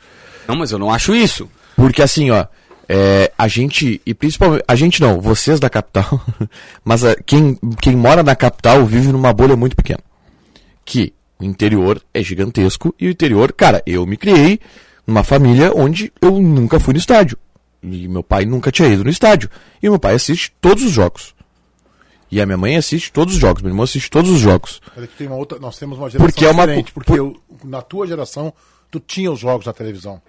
Não, mas eu não acho isso. Porque assim, ó, é, a gente, e principalmente, a gente não, vocês da capital, [laughs] mas ah, quem, quem mora na capital vive numa bolha muito pequena. Que o interior é gigantesco e o interior, cara, eu me criei numa família onde eu nunca fui no estádio. E meu pai nunca tinha ido no estádio. E meu pai assiste todos os jogos. E a minha mãe assiste todos os jogos, meu irmão assiste todos os jogos. Mas é que tem uma outra, nós temos uma geração Porque é uma diferente, cu- porque por- eu- na tua geração, tu tinha os jogos na televisão.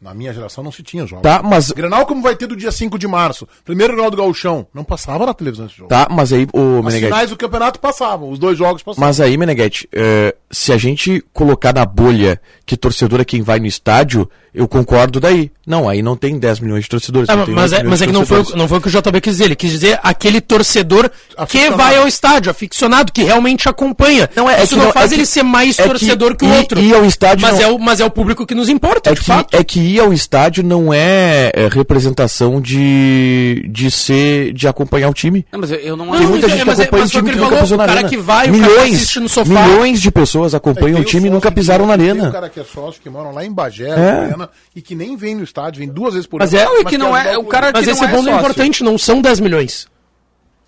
Na minha geração não se tinha os jogos. Tá, mas Grenal, como vai ter do dia 5 de março? Primeiro Grenal do Gauchão. Não passava na televisão esse jogo. tá, mas aí o As finais do campeonato passavam, os dois jogos passavam. Mas aí, Meneghete, eh, se a gente colocar na bolha que torcedor é quem vai no estádio, eu concordo daí. Não, aí não tem 10 milhões de torcedores. Ah, não mas, tem mas 8 é, mas é que não milhões de foi, o- torcedores. não foi o que o JB quis dizer. Ele quis dizer aquele torcedor que Aficionado. vai ao estádio, aficionado, que realmente acompanha. Não, é- é Isso que não não- faz é que- ele ser mais é que torcedor que, o ir- outro. ir ao estádio mas, não- é o, mas é o público que nos importa, É de fato. que, é que ir ao estádio não é, eh, representação de, de ser, de acompanhar o time. Não, mas eu, eu não Não, Tem acho. muita mas é- gente que mas é- acompanha o mas foi time o que que ele nunca falou, pisou na o cara arena. que vai, o cara que assiste no sofá. milhões de pessoas Aí acompanham É, tem o time e sócio nunca que- pisaram na Tem um arena. cara que é sócio, que mora lá em Bagé, É. na arena, e que nem vem no estádio, vem duas vezes por Mas é- Não, e que não ajuda é. O clube. cara Mas que esse não é ponto é, sócio. importante, não são 10 milhões.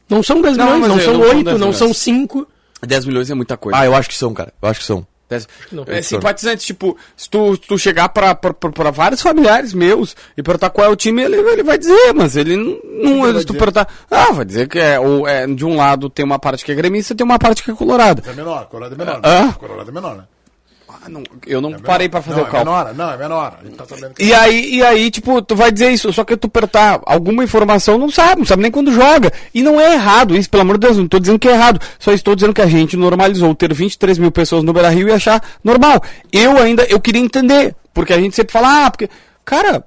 Não são 10 Não, milhões, mas não é, são não são 8, 10 não milhões. são 5. 10 milhões é muita coisa. Ah, eu acho que são, cara. Eu acho que são. Parece- não. É, simpatizantes, tipo, se tu, se tu chegar pra, pra, pra, pra vários familiares meus e perguntar qual é o time, ele, ele vai dizer, mas ele n- não. se tu perguntar. Ah, vai dizer que é, ou, é. De um lado tem uma parte que é gremista tem uma parte que é colorada. É menor, Colorado é menor. Hã? né? Colorado é menor, né? É Ah, não, eu não parei pra fazer não, o cálculo. É menor, não, é menor. A gente tá sabendo que E aí, e aí, tipo, tu vai dizer isso, só que tu perguntar alguma informação, não sabe, não sabe nem quando joga. E não é errado isso, pelo amor de Deus, não tô dizendo que é errado. Só estou dizendo que a gente normalizou ter 23 mil pessoas no Beira Rio e achar normal. Eu ainda, eu queria entender, porque a gente sempre fala, ah, porque. Cara,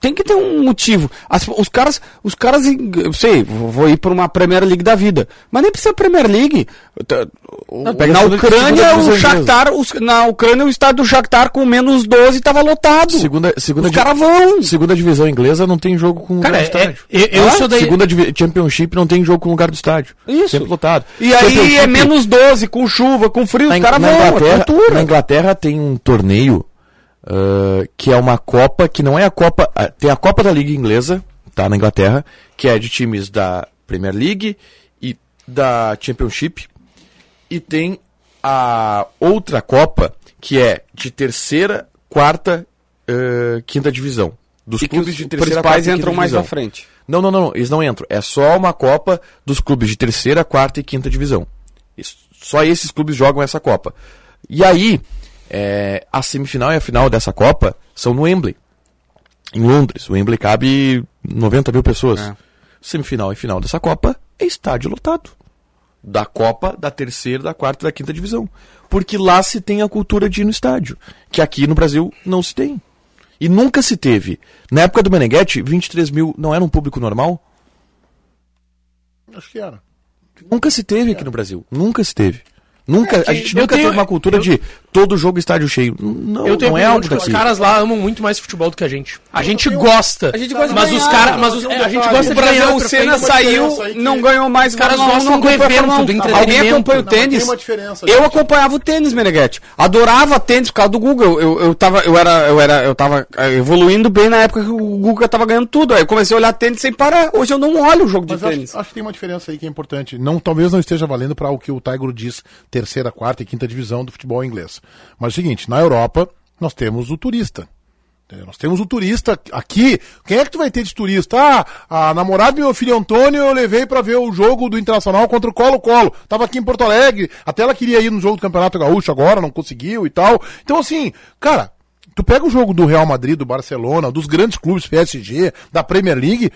tem que ter um motivo. As- os caras, os caras, em- eu sei, vou vou ir para uma Premier League da vida, mas nem precisa Premier League. Tá, o- pega na a segunda- segunda Ucrânia, divisão o inglesa. Shakhtar, os- na Ucrânia o estádio do Shakhtar com menos 12 estava lotado. Segunda, segunda, os di- caras vão. segunda divisão inglesa não tem jogo com lugar Cara, é- de estádio. Ah, é- eu- eu sou daí- Segunda divi- Championship não tem jogo com lugar do estádio. Isso. Sempre lotado. E aí Championship- é menos 12, com chuva, com frio, Na, os In- caras Tá na, vão. é Inglaterra, cultura. na Inglaterra tem um torneio ah, que é uma Copa, que não é a Copa. ah, tem a Copa da Liga Inglesa, tá? Na Inglaterra, que é de times da Premier League e da Championship. E tem a outra Copa, que é de terceira, quarta, ah, quinta divisão. Dos E que clubes os de terceira, quarta principais e quinta entram mais divisão. à frente. Não, não, não, não, eles não entram. É só uma Copa dos clubes de terceira, quarta e quinta divisão. Isso- Só esses clubes jogam essa Copa. E aí, é, a semifinal e a final dessa Copa são no Wembley, em Londres. O Wembley cabe 90 mil pessoas. Semifinal e final dessa Copa é estádio lotado. Da Copa, da terceira, da quarta e da quinta divisão. Porque lá se tem a cultura de ir no estádio, que aqui no Brasil não se tem. E nunca se teve. Na época do Meneghetti, 23 mil não era um público normal? é, acho que era. Nunca se teve aqui no Brasil. Nunca se teve. Nunca, a gente É, eu nunca tenho- teve uma cultura eu- de todo jogo estádio cheio. Não, Eu tenho não é opinião algo de que os daqui. caras lá amam muito mais futebol do que a gente. A gente gosta. A gente gosta de mas os ganhar. caras, mas os- é, a gente gosta O de ganhar. Brasil, o outra Senna coisa. saiu, diferença aí que- não ganhou mais Os caras Fórmula 1, gostam não do acompanha evento, Fórmula 1. do Alguém entretenimento. acompanha o Não, mas tem tênis? uma diferença, eu gente. acompanhava o tênis, Meneghetti. Adorava tênis por causa do Guga. Eu, eu, eu tava, eu era, eu era, eu tava eh, evoluindo bem na época que o Guga tava ganhando tudo. Aí eu comecei a olhar tênis sem parar. Hoje eu não olho o jogo Mas de tênis. acho, acho que tem uma diferença aí que é importante. Não, talvez não esteja valendo para o que o Tiger diz, terceira, quarta e quinta divisão do futebol inglês. Mas é o seguinte, na Europa, nós temos o turista. É, Nós temos o turista aqui. Quem é que tu vai ter de turista? Ah, a namorada do meu filho Antônio eu levei pra ver o jogo do Internacional contra o Colo-Colo. Tava aqui em Porto Alegre. Até ela queria ir no jogo do Campeonato Gaúcho agora, não conseguiu e tal. Então, assim, cara, Tu pega o jogo do Real Madrid, do Barcelona, dos grandes clubes PSG, da Premier League,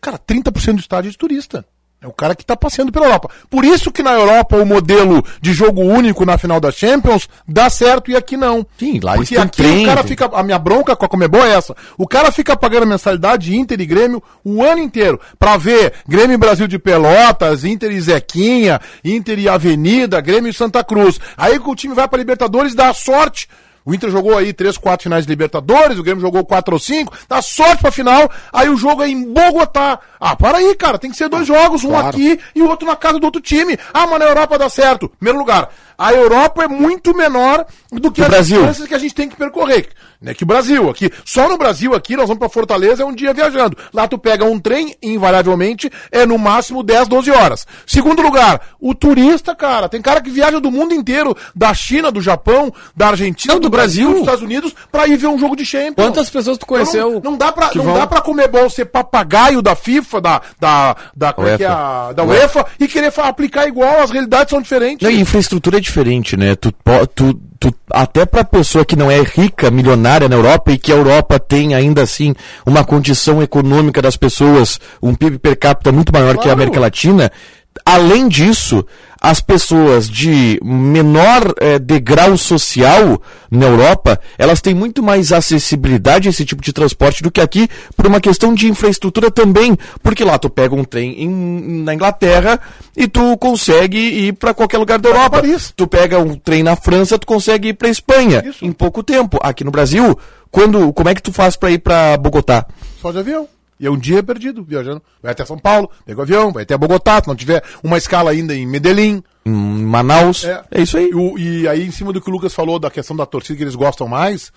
cara, 30% do estádio é de turista. É o cara que tá passeando pela Europa. Por isso que na Europa o modelo de jogo único na final da Champions dá certo e aqui não. Sim, lá eles Porque têm aqui trem, o cara tem- fica. A minha bronca com a Comebol é essa. O cara fica pagando mensalidade Inter e Grêmio o ano inteiro pra ver Grêmio e Brasil de Pelotas, Inter e Zequinha, Inter e Avenida, Grêmio e Santa Cruz. Aí que o time vai pra Libertadores, dá sorte. O Inter jogou aí três, quatro finais de Libertadores, o Grêmio jogou quatro ou cinco, dá sorte pra final, aí o jogo é em Bogotá. Ah, para aí, cara, tem que ser dois jogos, um aqui e o outro na casa do outro time. Ah, mas na Europa dá certo. Primeiro lugar, a Europa é muito menor do que Do Brasil. distâncias distâncias que a gente tem que percorrer. Né? Que o Brasil, aqui, só no Brasil, aqui, nós vamos pra Fortaleza, é um dia viajando. Lá tu pega um trem, invariavelmente, é no máximo 10, 12 horas. Segundo lugar, o turista, cara. Tem cara que viaja do mundo inteiro, da China, do Japão, da Argentina, Não, do Brasil. dos Estados Unidos, pra ir ver um jogo de Champions. Quantas pessoas tu conheceu? Não, não dá pra, que não vão- dá pra comer bom ser papagaio da FIFA, da, da, da, como é que é a- da UEFA. e querer fa- aplicar igual, as realidades são diferentes. Não, e infraestrutura é diferente, né? Tu, po- tu, tu, até pra pessoa que não é rica, milionária na Europa e que a Europa tem ainda assim uma condição econômica das pessoas, um PIB per capita muito maior que a América Latina, além disso, as pessoas de menor eh, degrau social na Europa, elas têm muito mais acessibilidade a esse tipo de transporte do que aqui, por uma questão de infraestrutura também, porque lá tu pega um trem em- na Inglaterra e tu consegue ir pra qualquer lugar da Europa. Tu pega um trem na França, tu consegue ir pra Espanha em pouco tempo. Aqui no Brasil, quando, como é que tu faz pra ir pra Bogotá? só de avião. E é um dia perdido viajando. Vai até São Paulo, pega o avião, vai até Bogotá, se não tiver uma escala ainda em Medellín. Em Manaus? É, isso aí. E, o- e aí, em cima do que o Lucas falou da questão da torcida que eles gostam mais,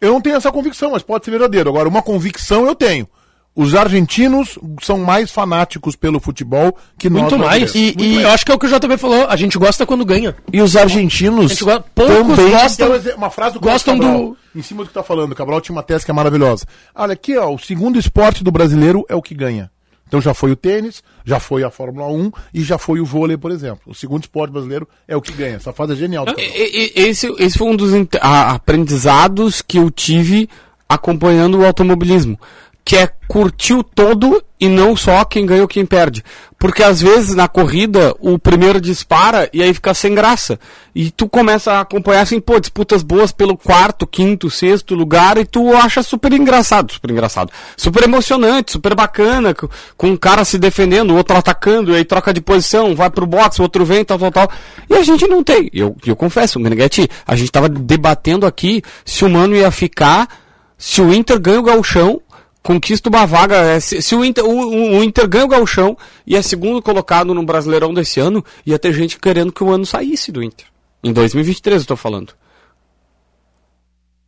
eu não tenho essa convicção, mas pode ser verdadeiro. Agora, uma convicção eu tenho. Os argentinos são mais fanáticos pelo futebol que nós. Muito mais. brasileiros. E, e eu acho que é o que o JB falou, a gente gosta quando ganha. E os argentinos Gente, agora, poucos também gostam- Então, quer dizer, uma frase do Carlos Gostam Cabral, do- em cima do que tá falando. O Cabral tinha uma tese que é maravilhosa. Olha aqui, ó, o segundo esporte do brasileiro é o que ganha. Então já foi o tênis, já foi a Fórmula 1 e já foi o vôlei, por exemplo. O segundo esporte brasileiro é o que ganha. Essa frase é genial. do Cabral. E- e- Esse, esse foi um dos inte- a- aprendizados que eu tive acompanhando o automobilismo, que é curtir o todo e não só quem ganha ou quem perde. Porque às vezes na corrida o primeiro dispara e aí fica sem graça. E tu começa a acompanhar assim, pô, disputas boas pelo quarto, quinto, sexto lugar e tu acha super engraçado, super engraçado. Super emocionante, super bacana, co- com um cara se defendendo, o outro atacando, e aí troca de posição, vai pro boxe, o outro vem, tal, tal, tal. E a gente não tem. Eu, eu confesso, Meneghetti, a gente tava debatendo aqui se o Mano ia ficar, se o Inter ganha o gauchão, conquista uma vaga, é, se, se o, Inter, o, o- o Inter ganha o gauchão e é segundo colocado no Brasileirão desse ano, ia ter gente querendo que o Mano saísse do Inter. Em 2023 eu tô falando.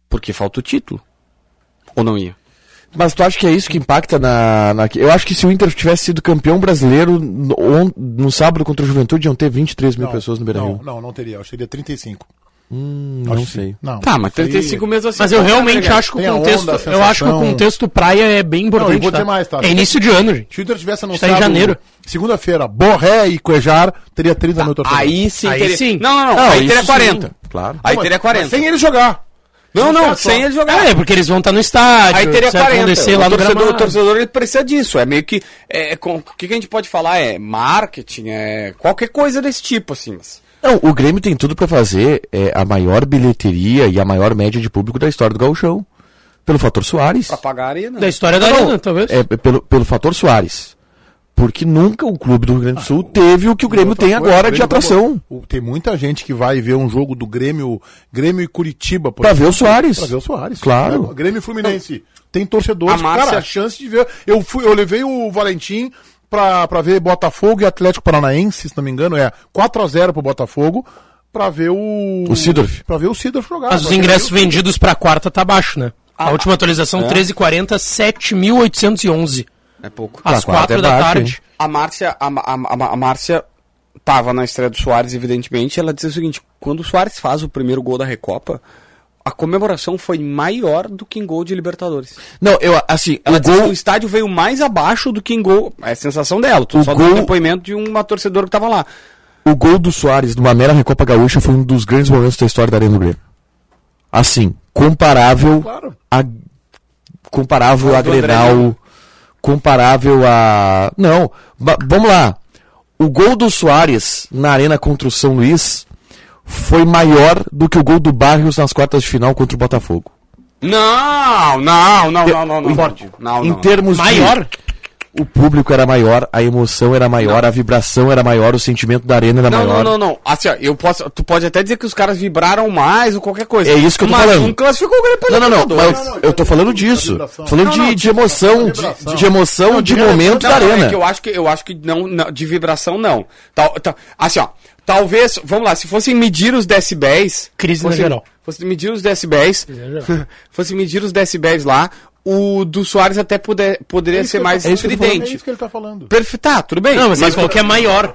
Porque falta o título. Ou não ia? Mas tu acha que é isso que impacta na, na- Eu acho que se o Inter tivesse sido campeão brasileiro no, on- no sábado contra o Juventude, iam ter 23 mil Não, pessoas no Beira-Rio. Não, não, não teria. Eu seria 35. Não, sei. Não. Tá, mas 35 meses assim. Mas eu realmente acho que Tem o a onda, contexto. a eu acho que o sensação. contexto praia é bem importante. Não, eu vou dizer tá? mais, tá? É início de ano, gente. Se o Inter tivesse tá em é anunciado janeiro. segunda-feira, Borré e Cuejar, teria 30 mil torcedores. Tá, Aí sim, Aí teria- sim. Não, não, não. Não, aí teria isso 40. sim, claro. Aí Mas- teria mas 40. Sem ele jogar. Não, não, Tá só. sem ele jogar. Ah, é, porque eles vão estar no estádio. Aí teria certo? 40. Vão descer lá o, no torcedor, o gramado. torcedor ele precisa disso. É meio que. É, com- o que, que a gente pode falar? É marketing, é qualquer coisa desse tipo, assim. mas- Não, o Grêmio tem tudo pra fazer é, a maior bilheteria e a maior média de público da história do Gauchão. Pelo fator Soares. Pra pagar a arena. Da história da Não, arena, talvez. É, pelo, pelo fator Soares. Porque nunca o clube do Rio Grande do Sul teve Ah, o que o Grêmio tem Outra coisa, agora o de Tá Grêmio atração. vai- o- Tem muita gente que vai ver um jogo do Grêmio, Grêmio e Curitiba, por Pra ver o Soares. Pra ver o Soares. Claro. Né? Grêmio e Fluminense. Tem torcedores, A Márcia- cara, a chance de ver. Eu fui, eu levei o Valentim pra, pra ver Botafogo e Atlético Paranaense, se não me engano, é 4 a 0 pro Botafogo. Pra ver o. O Seedorf. Pra ver o Sidorf jogar. Mas os Pra ver ingressos o- vendidos pra quarta tá baixo, né? A última atualização, 13h40, 7.811. É pouco. quarta Às quatro é da baixo, tarde. A Márcia, a, Ma- a, Ma- a Márcia tava na estreia do Soares, evidentemente, e ela dizia o seguinte: quando o Soares faz o primeiro gol da Recopa, a comemoração foi maior do que em gol de Libertadores. Não, eu, assim, Ela o disse que gol, o estádio veio mais abaixo do que em gol. É a sensação dela. Tu O só gol- deu um depoimento de uma torcedora que tava lá. O gol do Soares numa mera Recopa Gaúcha foi um dos grandes momentos da história da Arena do Grêmio. Assim, comparável Claro. a comparável a do André Miller. Grenal, comparável a não, ba- vamos lá. O gol do Soares na Arena contra o São Luís foi maior do que o gol do Barrios nas quartas de final contra o Botafogo. Não, não, não, não, não, não. Não, em não. termos Maior? de o público era maior, a emoção era maior, a vibração era maior, o sentimento da arena era Não, é maior. não, não, não. Assim, ó, eu posso, tu pode até dizer que os caras vibraram mais ou qualquer coisa. É isso que eu tô mas falando. não classificou o Grêmio pra Não, não, não. Libertadores. Mas eu, eu tô falando disso. vibração. Falando de, de emoção, de, de emoção, de momento da Não, não, é né? arena. que eu acho que eu acho que não, não, de vibração não. Tal, tal- assim, ó, talvez, vamos lá, se fossem medir os decibéis, Crise na fosse, geral. Fosse medir os decibéis, [laughs] fosse medir os decibéis lá, o do Soares até puder, poderia ser mais é isso que ele tá falando, é estridente. isso que ele tá falando. Perfeito, tá, tudo bem. Não, mas, mas falou que é maior.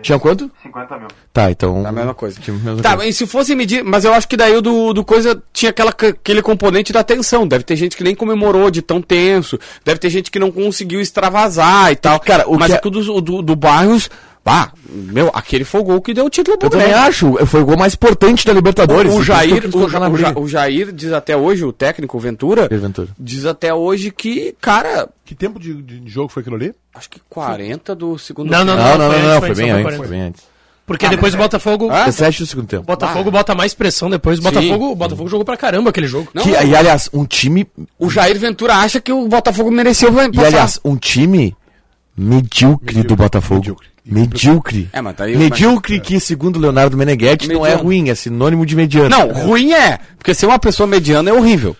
Tinha quanto? 50 mil. Tá, então. A mesma coisa. Tinha a mesma Tá, coisa. e se fosse medir, mas eu acho que daí o do, do coisa tinha aquela, ca- aquele componente da tensão. Deve ter gente que nem comemorou de tão tenso, deve ter gente que não conseguiu extravasar e tal. Cara, o mas que é que o do, o do, do Barros, ah, meu, aquele foi o gol que deu o título pro Eu também Grêmio. acho. Foi o gol mais importante da Libertadores. O Por isso que Jair, eu quis o, colocar na Ja- o Ja- briga. o Jair diz até hoje, o técnico Ventura, Jair Ventura. diz até hoje que, cara, Que tempo de, de jogo foi aquilo ali? acho que 40 do segundo Não, não, Não, não, antes, não, não. Foi antes, bem só antes. Foi 40. bem antes. Porque depois é. o Botafogo. Ah? 17 do segundo tempo. O Botafogo bota mais pressão depois. O Botafogo, o Botafogo jogou pra caramba aquele jogo. Não, Que, e aliás, um time. O Jair Ventura acha que o Botafogo mereceu vai E aliás, um time medíocre do Botafogo. Medíocre. É, mas tá aí- Medíocre que, segundo Leonardo Meneghetti, não é Mediano. ruim, é sinônimo de mediano. Não, ruim é, porque ser uma pessoa mediana é horrível.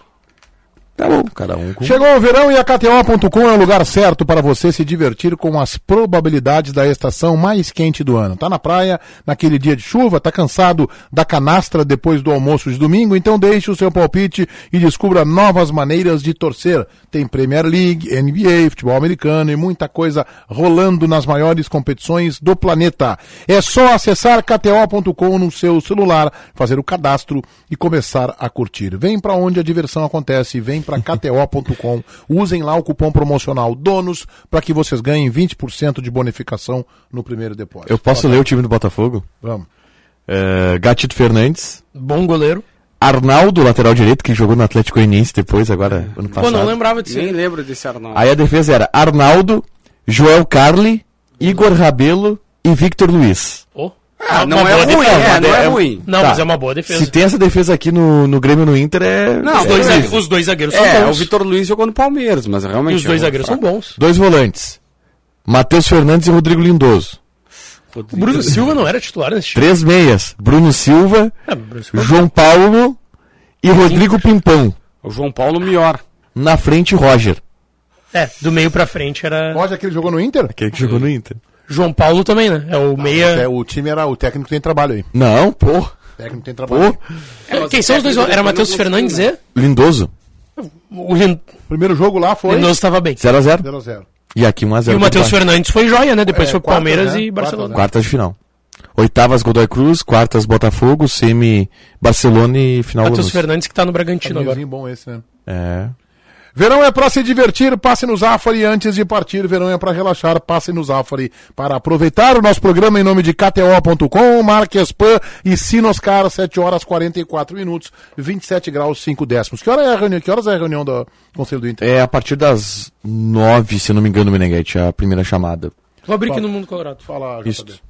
Tá bom, cada um com. Chegou o verão e a KTO.com é o lugar certo para você se divertir com as probabilidades da estação mais quente do ano. Tá na praia, naquele dia de chuva, tá cansado da canastra depois do almoço de domingo, então deixe o seu palpite e descubra novas maneiras de torcer. Tem Premier League, NBA, futebol americano e muita coisa rolando nas maiores competições do planeta. É só acessar kto.com no seu celular, fazer o cadastro e começar a curtir. Vem pra onde a diversão acontece, vem [laughs] pra kto.com. Usem lá o cupom promocional DONOS para que vocês ganhem 20% de bonificação no primeiro depósito. Tá Eu posso ler o time do Botafogo? Vamos. É, Gatito Fernandes. Bom goleiro. Arnaldo, lateral direito, que jogou no Atlético Goianiense depois, agora, ano É. Pô, passado. não lembrava disso. Nem lembro desse Arnaldo. Aí a defesa era Arnaldo, Joel Carli, Igor Rabelo e Victor Luiz. Pô. Ah, não Uma é boa ruim, defesa. é, não é é- ruim. Não, Tá. mas é uma boa defesa. Se tem essa defesa aqui no, no Grêmio e no Inter, é. Não, Os é dois, é. zague- os dois zagueiros É, são o bons. Vitor Luiz jogou no Palmeiras, mas E realmente. os dois jogou zagueiros são fraco. bons. Dois volantes. Matheus Fernandes e Rodrigo Lindoso. O Bruno Silva não era titular nesse time. Três meias. Bruno Silva, É, o Bruno Silva. João Paulo e Rodrigo Pimpão. O João Paulo melhor. Na frente, Roger. É, do meio pra frente era. Pode aquele jogou no Inter? Aquele é que jogou no Inter. João Paulo também, né? É o É, meia. o time era o técnico tem trabalho aí. Não, pô. O técnico tem Pô. trabalho. é Quem são os dois? Era Matheus Fernandes é? e. Lindoso. O Lin- Primeiro jogo lá foi Lindoso estava bem. 0x0. 0x0. E aqui 1x0. E o Matheus Fernandes foi joia, né? Depois É, foi quartas, Palmeiras né? e Barcelona. Quartas, Quartas de final. Oitavas Godoy Cruz, quartas Botafogo, semi Barcelona e final Matheus Lanús. Fernandes que tá no Bragantino agora. Caminhozinho bom esse, né? É. Verão é para se divertir, passe no Zafari antes de partir. Verão é para relaxar, passe no Zafari. Para aproveitar o nosso programa em nome de KTO.com, Marquespan e Sinoscar, 7 horas 44 minutos, 27 graus 5 décimos. Que, hora é a reunião, que horas é a reunião do Conselho do Inter? É a partir das nove, se eu não me engano, Meneghete, a primeira chamada. Vou abrir aqui no Mundo Colorado. Fala, Isso. JB.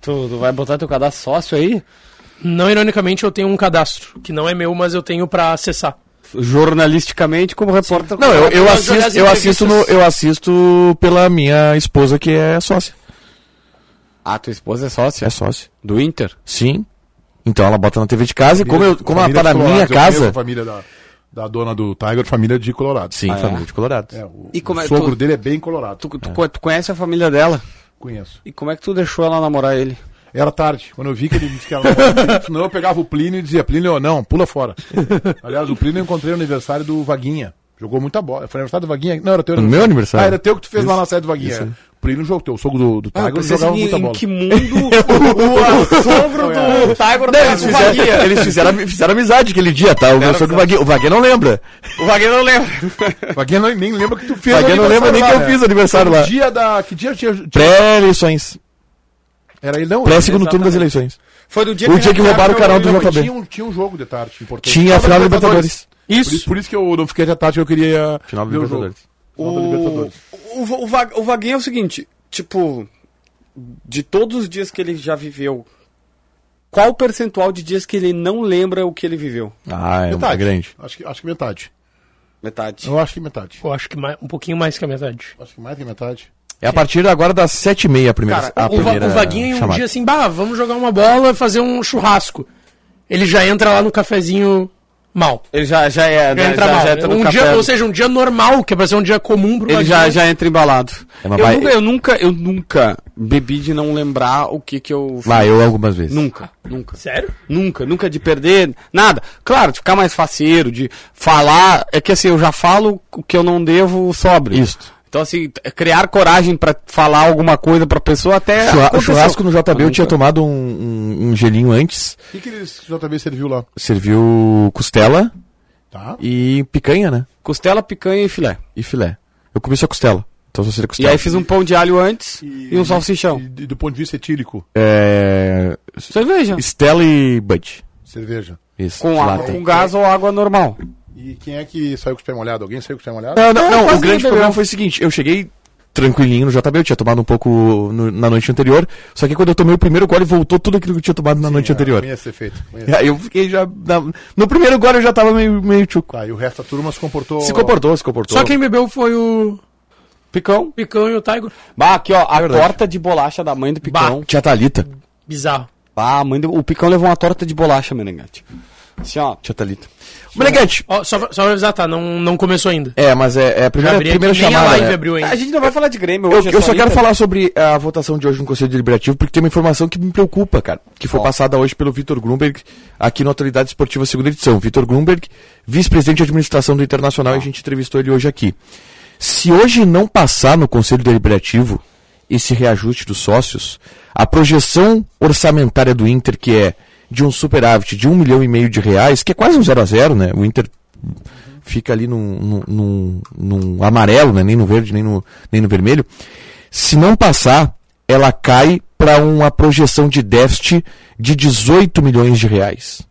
Tu, vai botar teu cadastro sócio aí? Não, ironicamente, eu tenho um cadastro, que não é meu, mas eu tenho pra acessar. Jornalisticamente, como repórter. Não, eu, eu Nós jogar as assisto, eu assisto, no- entrevistas. eu assisto pela minha esposa que é sócia. Ah, tua esposa é sócia? É sócia. Do Inter? Sim. Então ela bota na TV de casa e como eu, como ela Família tá na de Colorado, minha eu casa. conheço a família da, da dona do Tiger, família de Colorado. Sim, família de Colorado. Ah, É, o, E como o é- sogro tu- dele é bem colorado. Tu, tu, co- tu conhece a família dela? Conheço. E como é que tu deixou ela namorar ele? Era tarde, quando eu vi que ele disse que era namorado, senão eu pegava o Plínio e dizia, Plínio, não, pula fora. Aliás, o Plínio eu encontrei no aniversário do Vaguinha. Jogou muita bola. Foi aniversário do Vaguinha? Não, era teu No meu aniversário? Ah, era teu que tu fez lá Isso, na sede do Vaguinha. isso. O Plínio jogou, teu sogro do, do Tiger pensei jogava assim, muita em bola. é. [laughs] que mundo o, o sogro do Tiger Não, eles, Ah, fizeram, eles fizeram, fizeram amizade aquele dia, tá? O meu sogro Vaguinho, o Vaguinho não lembra. O Wagner não lembra. O Vaguinha não- nem lembra que tu O fez Vaguinho não lembra aniversário nem que lá, eu né? fiz aniversário lá. Dia da... Que dia tinha... tinha- Pré-eleições. Era ele não? Pré-segundo turno das eleições. Foi do dia O dia que roubaram o canal hackearam do meu- Não, mas JB. É, tinha, um, tinha um jogo de tarde importante. Tinha a final da Libertadores. Libertadores. Por isso, por isso que eu não fiquei até tarde, eu queria final ver o jogo. Final da O, Libertadores. o, o, Va- o Vaguinho é o seguinte, tipo, de todos os dias que ele já viveu, qual o percentual de dias que ele não lembra o que ele viveu? Ah, é Metade. grande. Acho que, acho que metade. Metade. Eu acho que metade. Eu acho que mais- um pouquinho mais que a metade. Acho que mais que metade. É a partir agora das 7h30 a primeira, Cara, a o, va primeira o Vaguinho, um chamada. dia assim, bah, vamos jogar uma bola, fazer um churrasco. Ele já entra lá no cafezinho mal. Ele já, já é, Já né, entra já, mal. já entra no um café. dia, ou seja, um dia normal, que é pra ser um dia comum pro Ele já, já entra embalado. É, mas eu, vai- nunca, eu nunca, eu nunca bebi de não lembrar o que que eu... Lá, eu algumas vezes. Nunca, nunca. Sério? Nunca, nunca de perder nada. Claro, de ficar mais faceiro, de falar. É que assim, eu já falo o que eu não devo sobre. Isto. Então, assim, t- criar coragem pra falar alguma coisa pra pessoa até. Churra- É, aconteceu. churrasco no JB, eu Nunca. tinha tomado um, um- um gelinho antes. O que, que eles JB serviu lá? Serviu costela Tá? e picanha, né? Costela, picanha e filé. E filé. Eu comi só costela. Então só seria E costela. aí fiz um pão de alho antes e, um salsichão. E, de- do ponto de vista etílico, É... Cerveja. Stella e Bud. cerveja. Isso. Com água, latem. com gás ou água normal. E quem é que saiu com o pé molhado? Alguém saiu com o pé molhado? Não, não, Não, não, quase o grande ninguém problema bebeu. foi o seguinte, eu cheguei tranquilinho no JB, eu tinha tomado um pouco no- na noite anterior, só que quando eu tomei o primeiro gole, voltou tudo aquilo que eu tinha tomado na É, noite anterior. É. Ia ser feito. não ia E Aí eu fiquei já... na- no primeiro gole eu já tava meio, meio tchuco. Tá, e o resto da turma se comportou. Se comportou, se comportou. Só quem bebeu foi o Picão. Picão e o Taigo. Bah, aqui ó, É a torta de bolacha da mãe do picão. Tia Thalita. Bizarro. Bah, a mãe do... o picão levou uma torta de bolacha, Menegatti. Assim ó. Tia Thalita. Meneghetti. Ó, só, pra- só pra avisar, tá? Não, não começou ainda. É, mas é, é a primeira, Gabriel, primeira que nem chamada. a live é né? abriu ainda. A gente não vai falar de Grêmio Eu, hoje. é eu só quero Inter. falar sobre a votação de hoje no Conselho Deliberativo, porque tem uma informação que me preocupa, cara, que foi Ó. passada hoje pelo Vitor Grumberg, aqui na Autoridade Esportiva Segunda Edição. Vitor Grumberg, vice-presidente de administração do Internacional, e a gente entrevistou ele hoje aqui. Se hoje não passar no Conselho Deliberativo esse reajuste dos sócios, a projeção orçamentária do Inter, que é de um superávit de um milhão e meio de reais, que é quase um zero a zero, né? O Inter fica ali num, num, num- num amarelo, né? nem no verde, nem no, nem no vermelho. Se não passar, ela cai para uma projeção de déficit de 18 milhões de reais.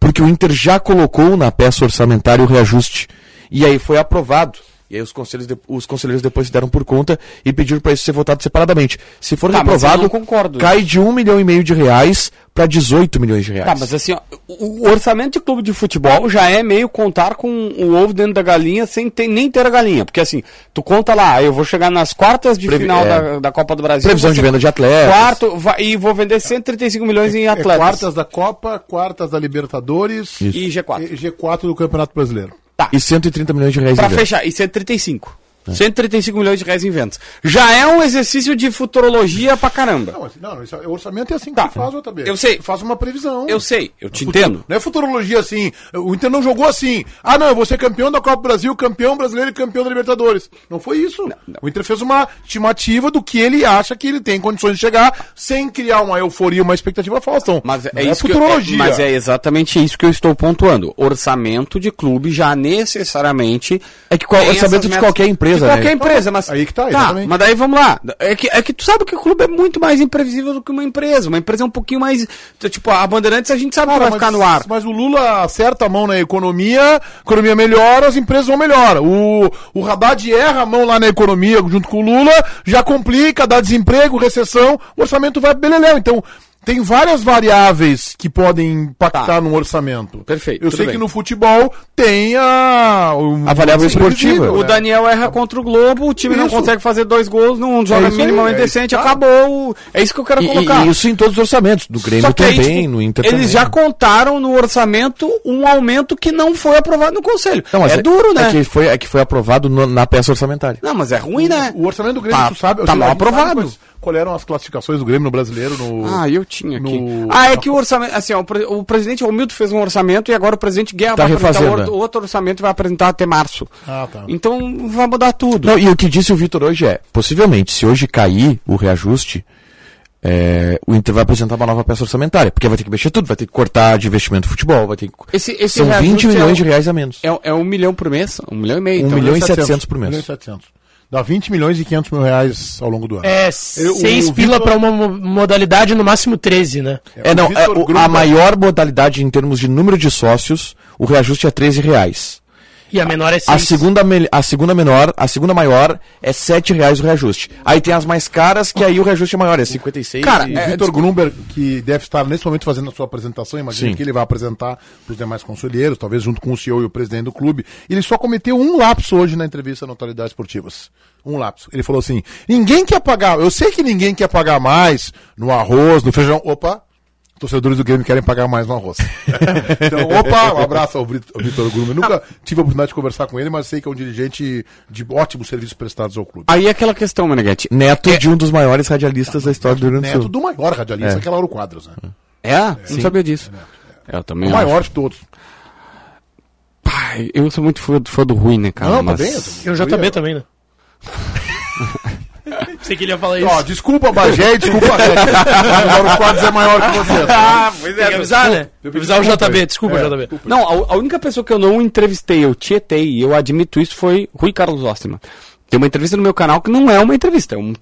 Porque o Inter já colocou na peça orçamentária o reajuste. E aí foi aprovado. E aí os conselheiros, de- os conselheiros depois se deram por conta e pediram para isso ser votado separadamente. Se for Tá, mas eu aprovado, não concordo. cai de 1 milhão e meio de reais para 18 milhões de reais. Tá, mas assim, ó, o o orçamento de clube de futebol já é meio contar com o ovo dentro da galinha sem ter- nem ter a galinha. Porque assim, tu conta lá, eu vou chegar nas quartas de Previ- final é. da, da Copa do Brasil. Previsão vou de ser venda de atletas. Quarto, vai- e vou vender 135 milhões em É atletas. quartas da Copa, quartas da Libertadores E G4. e G4 do Campeonato Brasileiro. E 130 milhões de reais Pra em venda. fechar, e 135. É. 135 milhões de reais em vendas. Já é um exercício de futurologia pra caramba. Não, assim, não isso, é- o orçamento é assim que Tá. tu faz, JB. Eu sei. Tu Faz uma previsão. Eu sei, eu te entendo. Não é futurologia assim. O Inter não jogou assim. Ah, não, eu vou ser campeão da Copa do Brasil, campeão brasileiro e campeão da Libertadores. Não foi isso. O Inter fez uma estimativa do que ele acha que ele tem condições de chegar sem criar uma euforia, uma expectativa falsa. Então, Mas é, não isso que eu- futurologia. é- mas é exatamente isso que eu estou pontuando. Orçamento de clube já necessariamente. É que qual- tem orçamento essas de metas- qualquer empresa, De né? qualquer empresa, mas. Aí que tá, exatamente. mas daí vamos lá. É que, é que tu sabe que o clube é muito mais imprevisível do que uma empresa. Uma empresa é um pouquinho mais. Tipo, a Bandeirantes a gente sabe que Cara, vai ficar no ar. Mas o Lula acerta a mão na economia, a economia melhora, as empresas vão melhor. O, o Haddad erra a mão lá na economia junto com o Lula, já complica, dá desemprego, recessão, o orçamento vai pro beleléu. Então, tem várias variáveis que podem impactar Tá. no orçamento. Perfeito, Eu tudo sei bem. que no futebol tem a, o- A variável Sim, esportiva. previsível, O né? Daniel erra contra o Globo, o time não Isso. consegue fazer dois gols, não joga isso aí, minimamente é isso. decente, acabou. o- É isso que eu quero E- e- colocar. E, isso em todos os orçamentos, do Grêmio Só que aí, também, tipo, no Inter Eles também. né? já contaram no orçamento um aumento que não foi aprovado no conselho. Não, mas é, duro, né? É que foi, é que foi aprovado no- na peça orçamentária. Não, mas é ruim, né? O orçamento do Grêmio, Tá- tu sabe? tá eu- mal a gente sabe aprovado. quais- Qual eram as classificações do Grêmio no brasileiro? No... Ah, eu tinha aqui. No- Ah, é que o orçamento. Assim, ó, o pre- o presidente Romildo fez um orçamento e agora o presidente Guerra Tá vai apresentar refazendo, or- outro orçamento e vai apresentar até março. Ah, tá. Então vai mudar tudo. Não, e o que disse o Vitor hoje é, possivelmente, se hoje cair o reajuste, é, o Inter vai apresentar uma nova peça orçamentária, porque vai ter que mexer tudo, vai ter que cortar de investimento no futebol, vai ter que... Esse, esse São 20 reajuste milhões é, de reais a menos. É, é um milhão por mês? Um milhão e meio. Um então. milhão e 700 por mês. 1 milhão e 700. Dá 20 milhões e 500 mil reais ao longo do ano. É, seis o pila Vitor- pra uma mo- modalidade, no máximo 13, né? É, não, é, Vitor o- Gruber- a maior modalidade em termos de número de sócios, o reajuste é 13 reais. E a menor é A 6. segunda, me- a segunda menor, a segunda maior é 7 reais o reajuste. Aí tem as mais caras, que aí o reajuste é maior, é 56. Cara, e- o Vitor Grumber, que deve estar nesse momento fazendo a sua apresentação, imagino Sim. que ele vai apresentar para os demais conselheiros, talvez junto com o CEO e o presidente do clube. Ele só cometeu um lapso hoje na entrevista à Notoriedades Esportivas. Um lapso. Ele falou assim: ninguém quer pagar, eu sei que ninguém quer pagar mais no arroz, no feijão. Opa! Torcedores do Grêmio querem pagar mais no arroz. [laughs] então, opa, um abraço ao Brit- ao Vitor Grumber. Nunca tive a oportunidade de conversar com ele, mas sei que é um dirigente de ótimos serviços prestados ao clube. Aí é aquela questão, Meneghete. Neto de um dos maiores radialistas da história do Rio Grande do Neto Sul. do maior radialista, que é Lauro Quadros, né? É? Não sabia disso. Eu também O acho. maior de todos. Pá, eu sou muito fã, fã do ruim, né, cara? Não, tá Mas- também, eu também. E o JB também, né? Sei que ele ia falar isso. Ó, desculpa, Bagé, desculpa, [laughs] Rec. Agora o quadro é maior que [laughs] você. Ah, Tá? Ah, é, Tem que avisar, né? Tem que avisar o JB, desculpa, JB. Não, a, a única pessoa que eu não entrevistei, eu tietei, e eu admito isso, foi Rui Carlos Osterman. Tem uma entrevista no meu canal que não é uma entrevista, é um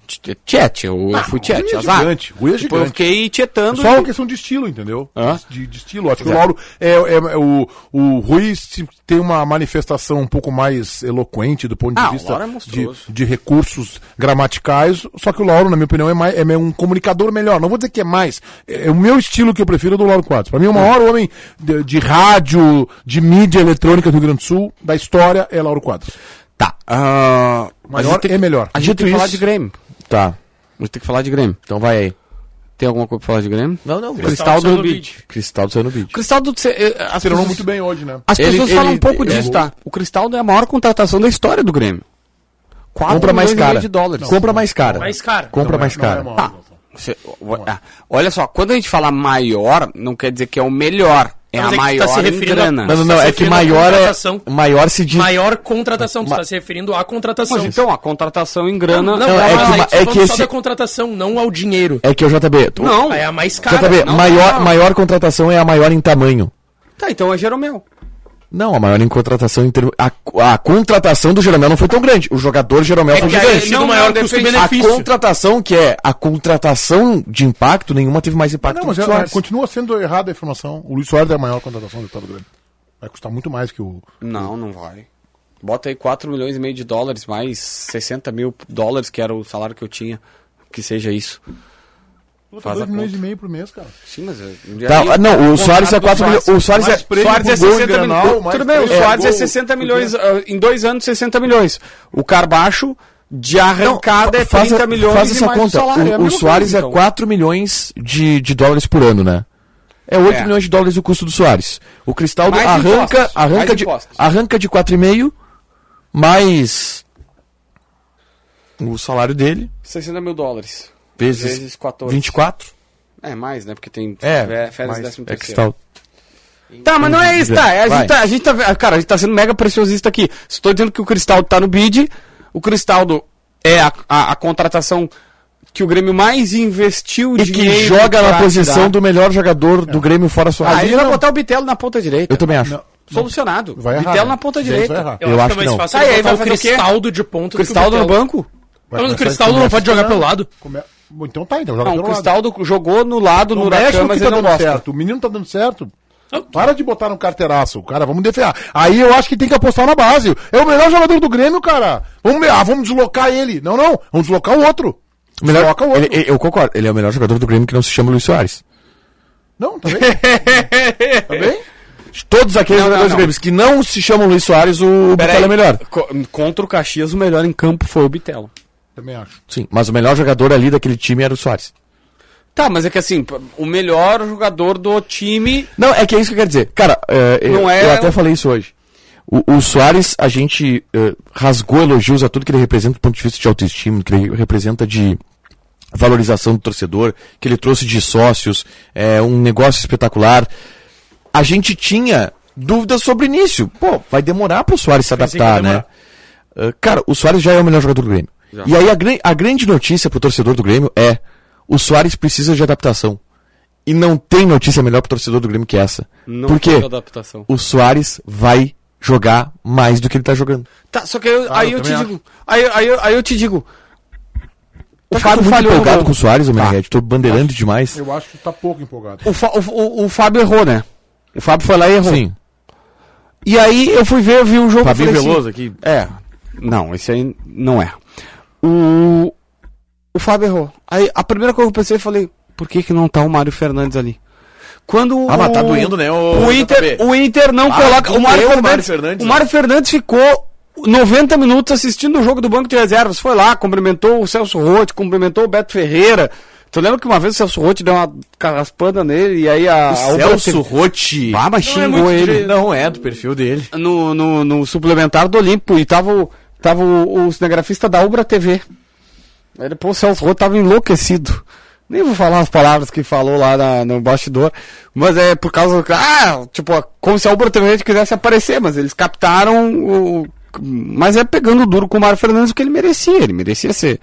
chat. Eu, eu fui Rui chat, é azar. gigante, Rui é Tipo, eu gigante. fiquei tietando. Só e- uma questão de estilo, entendeu? Hã? De, de estilo. Acho que o Lauro. É, é- é o, o Ruiz te- tem uma manifestação um pouco mais eloquente do ponto de Ah, o vista Lauro é de, monstruoso. de recursos gramaticais. Só que o Lauro, na minha opinião, é, mais, é um comunicador melhor. Não vou dizer que é mais. É, é o meu estilo que eu prefiro é do Lauro Quadros. Hum. Pra mim, o maior homem de, de rádio, de mídia eletrônica do Rio Grande do Sul, da história, é Lauro Quadros. Tá. ah, Maior é melhor. a gente tem que falar isso- de Grêmio. Tá, A gente tem que falar de Grêmio. então vai aí. Tem alguma coisa pra falar de Grêmio? Não, não, Cristal, do Bid. Cristal do Sano Bid. Cristaldo. Cê, eh, Terminou as pessoas, muito bem hoje, né? as Ele- pessoas falam ele- um pouco ele- disso, tá? O Cristaldo é a maior contratação da história do Grêmio. Quatro Compra mais milhões Ah, um e meio cara. de dólares. Compra mais cara. Mais cara. Compra mais Ah, cara. Não é Tá. maior. Você- o- ah, olha só, quando a gente fala maior, não quer dizer que é o melhor. É Não, mas é a que tu maior tá se em referindo a- grana. Não, não, Você não, tá é se que referindo à maior contratação. é. Maior se diz. Maior contratação, você está se referindo à contratação. Mas então, a contratação em grana... não, Não, é, é que que, ma- é que só esse- da contratação, não ao dinheiro. É que o JB. tu- Não. É a mais cara. JB, não, maior, não. maior contratação é a maior em tamanho. Tá, então é Jeromel. Não, a maior em contratação em termo- a, a contratação do Jeromel não foi tão grande. O jogador É Jeromel foi que aí gigante. ele- não, maior A custo-benefício. contratação, que é a contratação de impacto, nenhuma teve mais impacto Não, que mas o é- Soares. continua sendo errada a informação. O Luiz Soares é a maior contratação do Estado do Grêmio. Vai custar muito mais que o. Não, não vai. Bota aí 4 milhões e meio de dólares, mais 60 mil dólares, que era o salário que eu tinha. Que seja isso. Faz a dois milhões conta. e meio por mês, cara. Sim, mas... Tá, ah, não, o Soares é 4 milhões. O Soares é, Mais prêmio Soares é por gol em 60 Grenal, milhões. mais Tudo bem, o três Soares é gols. 60 milhões. ah, Em dois anos, 60 milhões. O Carbacho, de arrancada, é 30 faz, a- milhões faz e essa mais conta. salário. É a o o mesma Soares coisa, é então. 4 milhões de, de dólares por ano, né? É 8 É. milhões de dólares o custo do Soares. O Cristaldo Mais arranca, impostos, arranca, mais de, impostos. arranca de 4,5, mais o salário dele, 60 mil dólares. vezes, Vezes 14. 24. É mais, né? Porque tem É, fe- férias mais, décimo é terceiro. Cristaldo. Tá, mas não é isso, tá? É, a, Vai. gente tá, a gente tá- Cara, a gente tá sendo mega preciosista aqui. Estou dizendo que o Cristaldo tá no bid. O Cristaldo é a, a- a contratação que o Grêmio mais investiu E que joga na posição do do melhor jogador do Grêmio fora Soares. É. Aí Ah, ele vai botar o Bitelo na ponta direita. Eu também acho. Solucionado. Vai errar. Bitelo né? na ponta Gente, Vai direita. errar. Eu, Eu acho acho que é mais que não. fácil Tá, e aí botar vai o fazer o quê? Cristaldo de ponta. do que o Cristaldo no Vitel. banco? Vai Mas o começar Cristaldo esse não pode semestre. jogar pelo lado. Come- Bom, Então tá, então joga Não, o pelo lado. Cristaldo jogou no lado, Não no mexe Rakan, no que mas tá ele não dando gosta. certo. O menino tá dando certo. Para de botar no carteiraço, cara. Vamos defender. Aí eu acho que tem que apostar na base. É o melhor jogador do Grêmio, cara. Vamos, me- ah, vamos deslocar ele. Não, não. Vamos deslocar o outro. Melhor- Desloca o outro. ele- ele- eu concordo, ele é o melhor jogador do Grêmio que não se chama Luiz Soares. Não, tá [laughs] bem? tá bem? De Todos aqueles Não, não, jogadores não. do Grêmio que não se chamam Luiz Soares, o Pera Bitello é aí. melhor. Co- Contra o Caxias, o melhor em campo foi o Bitelo. Também acho. Sim, mas o melhor jogador ali daquele time era o Soares. Tá, mas é que assim, p- o melhor jogador do time. Não, é que é isso que eu quero dizer. Cara, é, eu, Não é- eu até falei isso hoje. O, o Soares, a gente é, rasgou elogios a tudo que ele representa do ponto de vista de autoestima, que ele representa de valorização do torcedor, que ele trouxe de sócios, é um negócio espetacular. A gente tinha dúvidas sobre o início. Pô, vai demorar pro Soares se Pensei que ia adaptar, né? demorar. Ah, cara, o Soares já é o melhor jogador do Grêmio. E aí a, gran- a grande notícia pro torcedor do Grêmio é: o Soares precisa de adaptação. E não tem notícia melhor pro torcedor do Grêmio que essa. Não Por quê? teve adaptação. O Soares vai jogar mais do que ele tá jogando. Tá, só que eu- Ah, aí eu eu, te também digo. Aí, aí, eu- aí eu te digo. O Fábio Fábio muito falhou. Tá. empolgado no- com o Soares, o Meneghete. Tô bandeirando demais. Eu acho que tá pouco empolgado. o, Fa- o- o- o Fábio errou, né? O Fábio foi lá e errou. Sim. E aí eu fui ver, eu vi um jogo. Fabinho e falei assim, Veloso aqui. É. Não, esse aí não é. O. O Fábio errou. Aí a primeira coisa que eu pensei, eu falei, por que, que não tá o Mário Fernandes ali? Quando Ah, mas tá o- doendo, né, ô, O Inter, JB? o Inter não Ah, coloca. O Mário, doeu Fernandes, o Mário Fernandes. né? ficou 90 minutos assistindo o jogo do Banco de Reservas. Foi lá, cumprimentou o Celso Rotti, cumprimentou o Beto Ferreira. Tu lembra que uma vez o Celso Rotti deu uma carraspanda nele e aí a. a Ubra Celso Rotti. Ah, mas Não é xingou muito ele de- Não é do perfil dele. no, no, no suplementar do Olimpo e tava, o- tava o, o cinegrafista da Ubra TV. Ele, pô, o Celso Roth tava enlouquecido. Nem vou falar as palavras que falou lá na- no bastidor, mas é por causa do. Ah, tipo, como se a Ubra TV quisesse aparecer, mas eles captaram o. Mas é pegando duro com o Mário Fernandes o que ele merecia. Ele merecia ser,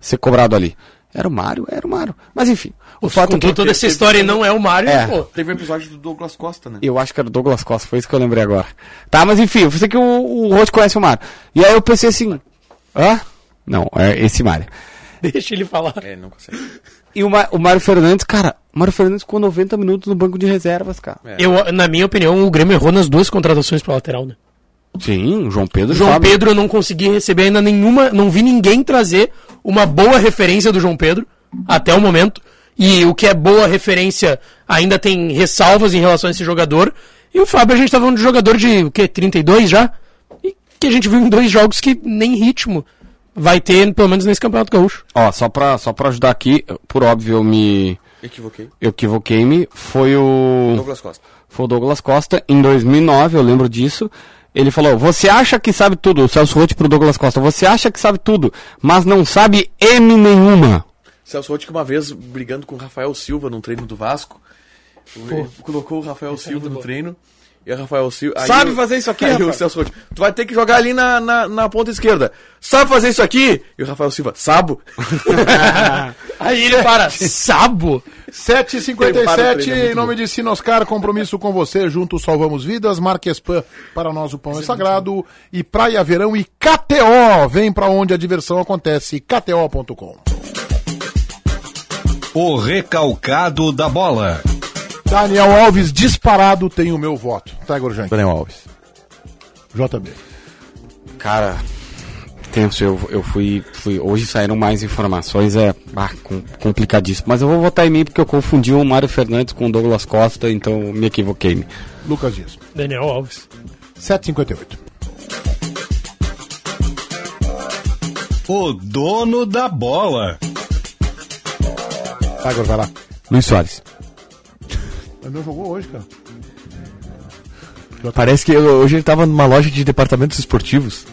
ser cobrado ali. Era o Mário, era o Mário. Mas enfim, o fato é Contou toda essa história e não é o Mário, É. pô. Teve um episódio do Douglas Costa, né? Eu acho que era o Douglas Costa, foi isso que eu lembrei agora. Tá, mas enfim, eu sei que o, o Rote conhece o Mário. E aí eu pensei assim, hã? Não, é esse Mário. Deixa ele falar. É, não consegue. E o, Ma- o Mário Fernandes, cara, o Mário Fernandes ficou 90 minutos no banco de reservas, cara. Eu, na minha opinião, o Grêmio errou nas duas contratações pra lateral, né? Sim, o João Pedro. João Fábio. Pedro eu não consegui receber ainda nenhuma, não vi ninguém trazer uma boa referência do João Pedro até o momento. E o que é boa referência ainda tem ressalvas em relação a esse jogador. E o Fábio, a gente tá falando de jogador de o quê? 32 já? E que a gente viu em dois jogos que nem ritmo vai ter, pelo menos nesse Campeonato Gaúcho. Ó, só pra, só pra ajudar aqui, por óbvio eu me... Equivoquei. Eu equivoquei-me, foi o... Douglas Costa. Foi o Douglas Costa, em 2009, eu lembro disso. Ele falou: Você acha que sabe tudo, o Celso Rotti pro Douglas Costa, você acha que sabe tudo, mas não sabe M nenhuma. Celso Rotti que uma vez, brigando com o Rafael Silva num treino do Vasco, ele colocou o Rafael Silva no treino. E o Rafael Silva. aí é Sabe o- fazer isso aqui, aí o Rafael? Celso Rotti. Tu vai ter que jogar ali na, na, na ponta esquerda. Sabe fazer isso aqui? E o Rafael Silva, [laughs] sabo? Aí ele para, sabo! 7h57, em nome de Sinoscar, compromisso com você, juntos salvamos vidas, Marquespan, para nós o pão é sagrado, e Praia Verão e KTO, vem pra onde a diversão acontece, kto.com. O recalcado da bola. Daniel Alves, disparado, tem o meu voto. Tiger Jank, Daniel Alves. JB. Cara, tenso, eu, eu fui, fui. Hoje saíram mais informações, é ah, com- complicadíssimo. Mas eu vou votar em mim porque eu confundi o Mário Fernandes com o Douglas Costa, então eu me equivoquei. Lucas Dias. Daniel Alves. 7h58. O dono da bola. Tiger, vai lá. Luiz Soares. Ele não jogou hoje, cara. Parece que eu- hoje ele tava numa loja de departamentos esportivos.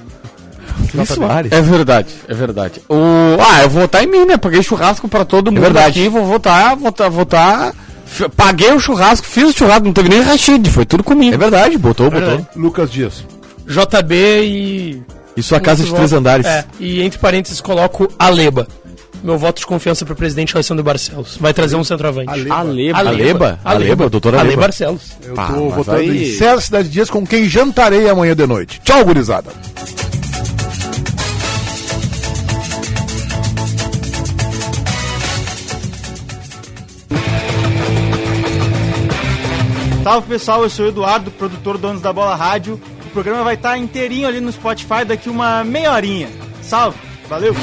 Luiz Soares. É verdade, é verdade. O... Ah, eu vou votar em mim, né? Paguei churrasco pra todo mundo É verdade. aqui, vou votar, votar, votar. F- Paguei o churrasco, fiz o churrasco, não teve nem rachid, foi tudo comigo. É verdade, botou, botou. verdade. Lucas Dias. JB e. Isso é a casa de três andares. É, e entre parênteses coloco Aleba. Meu voto de confiança para o presidente Alessandro Barcelos. Vai trazer um centroavante. Aleba. Aleba? Aleba, doutor Ale Aleba. Barcelos. Eu Pá, tô Ah, mas votando aí- em César Cidade Dias, com quem jantarei amanhã de noite. Tchau, gurizada. Salve pessoal, eu sou o Eduardo, produtor do Donos da Bola Rádio. O programa vai estar inteirinho ali no Spotify daqui uma meia horinha. Salve, valeu!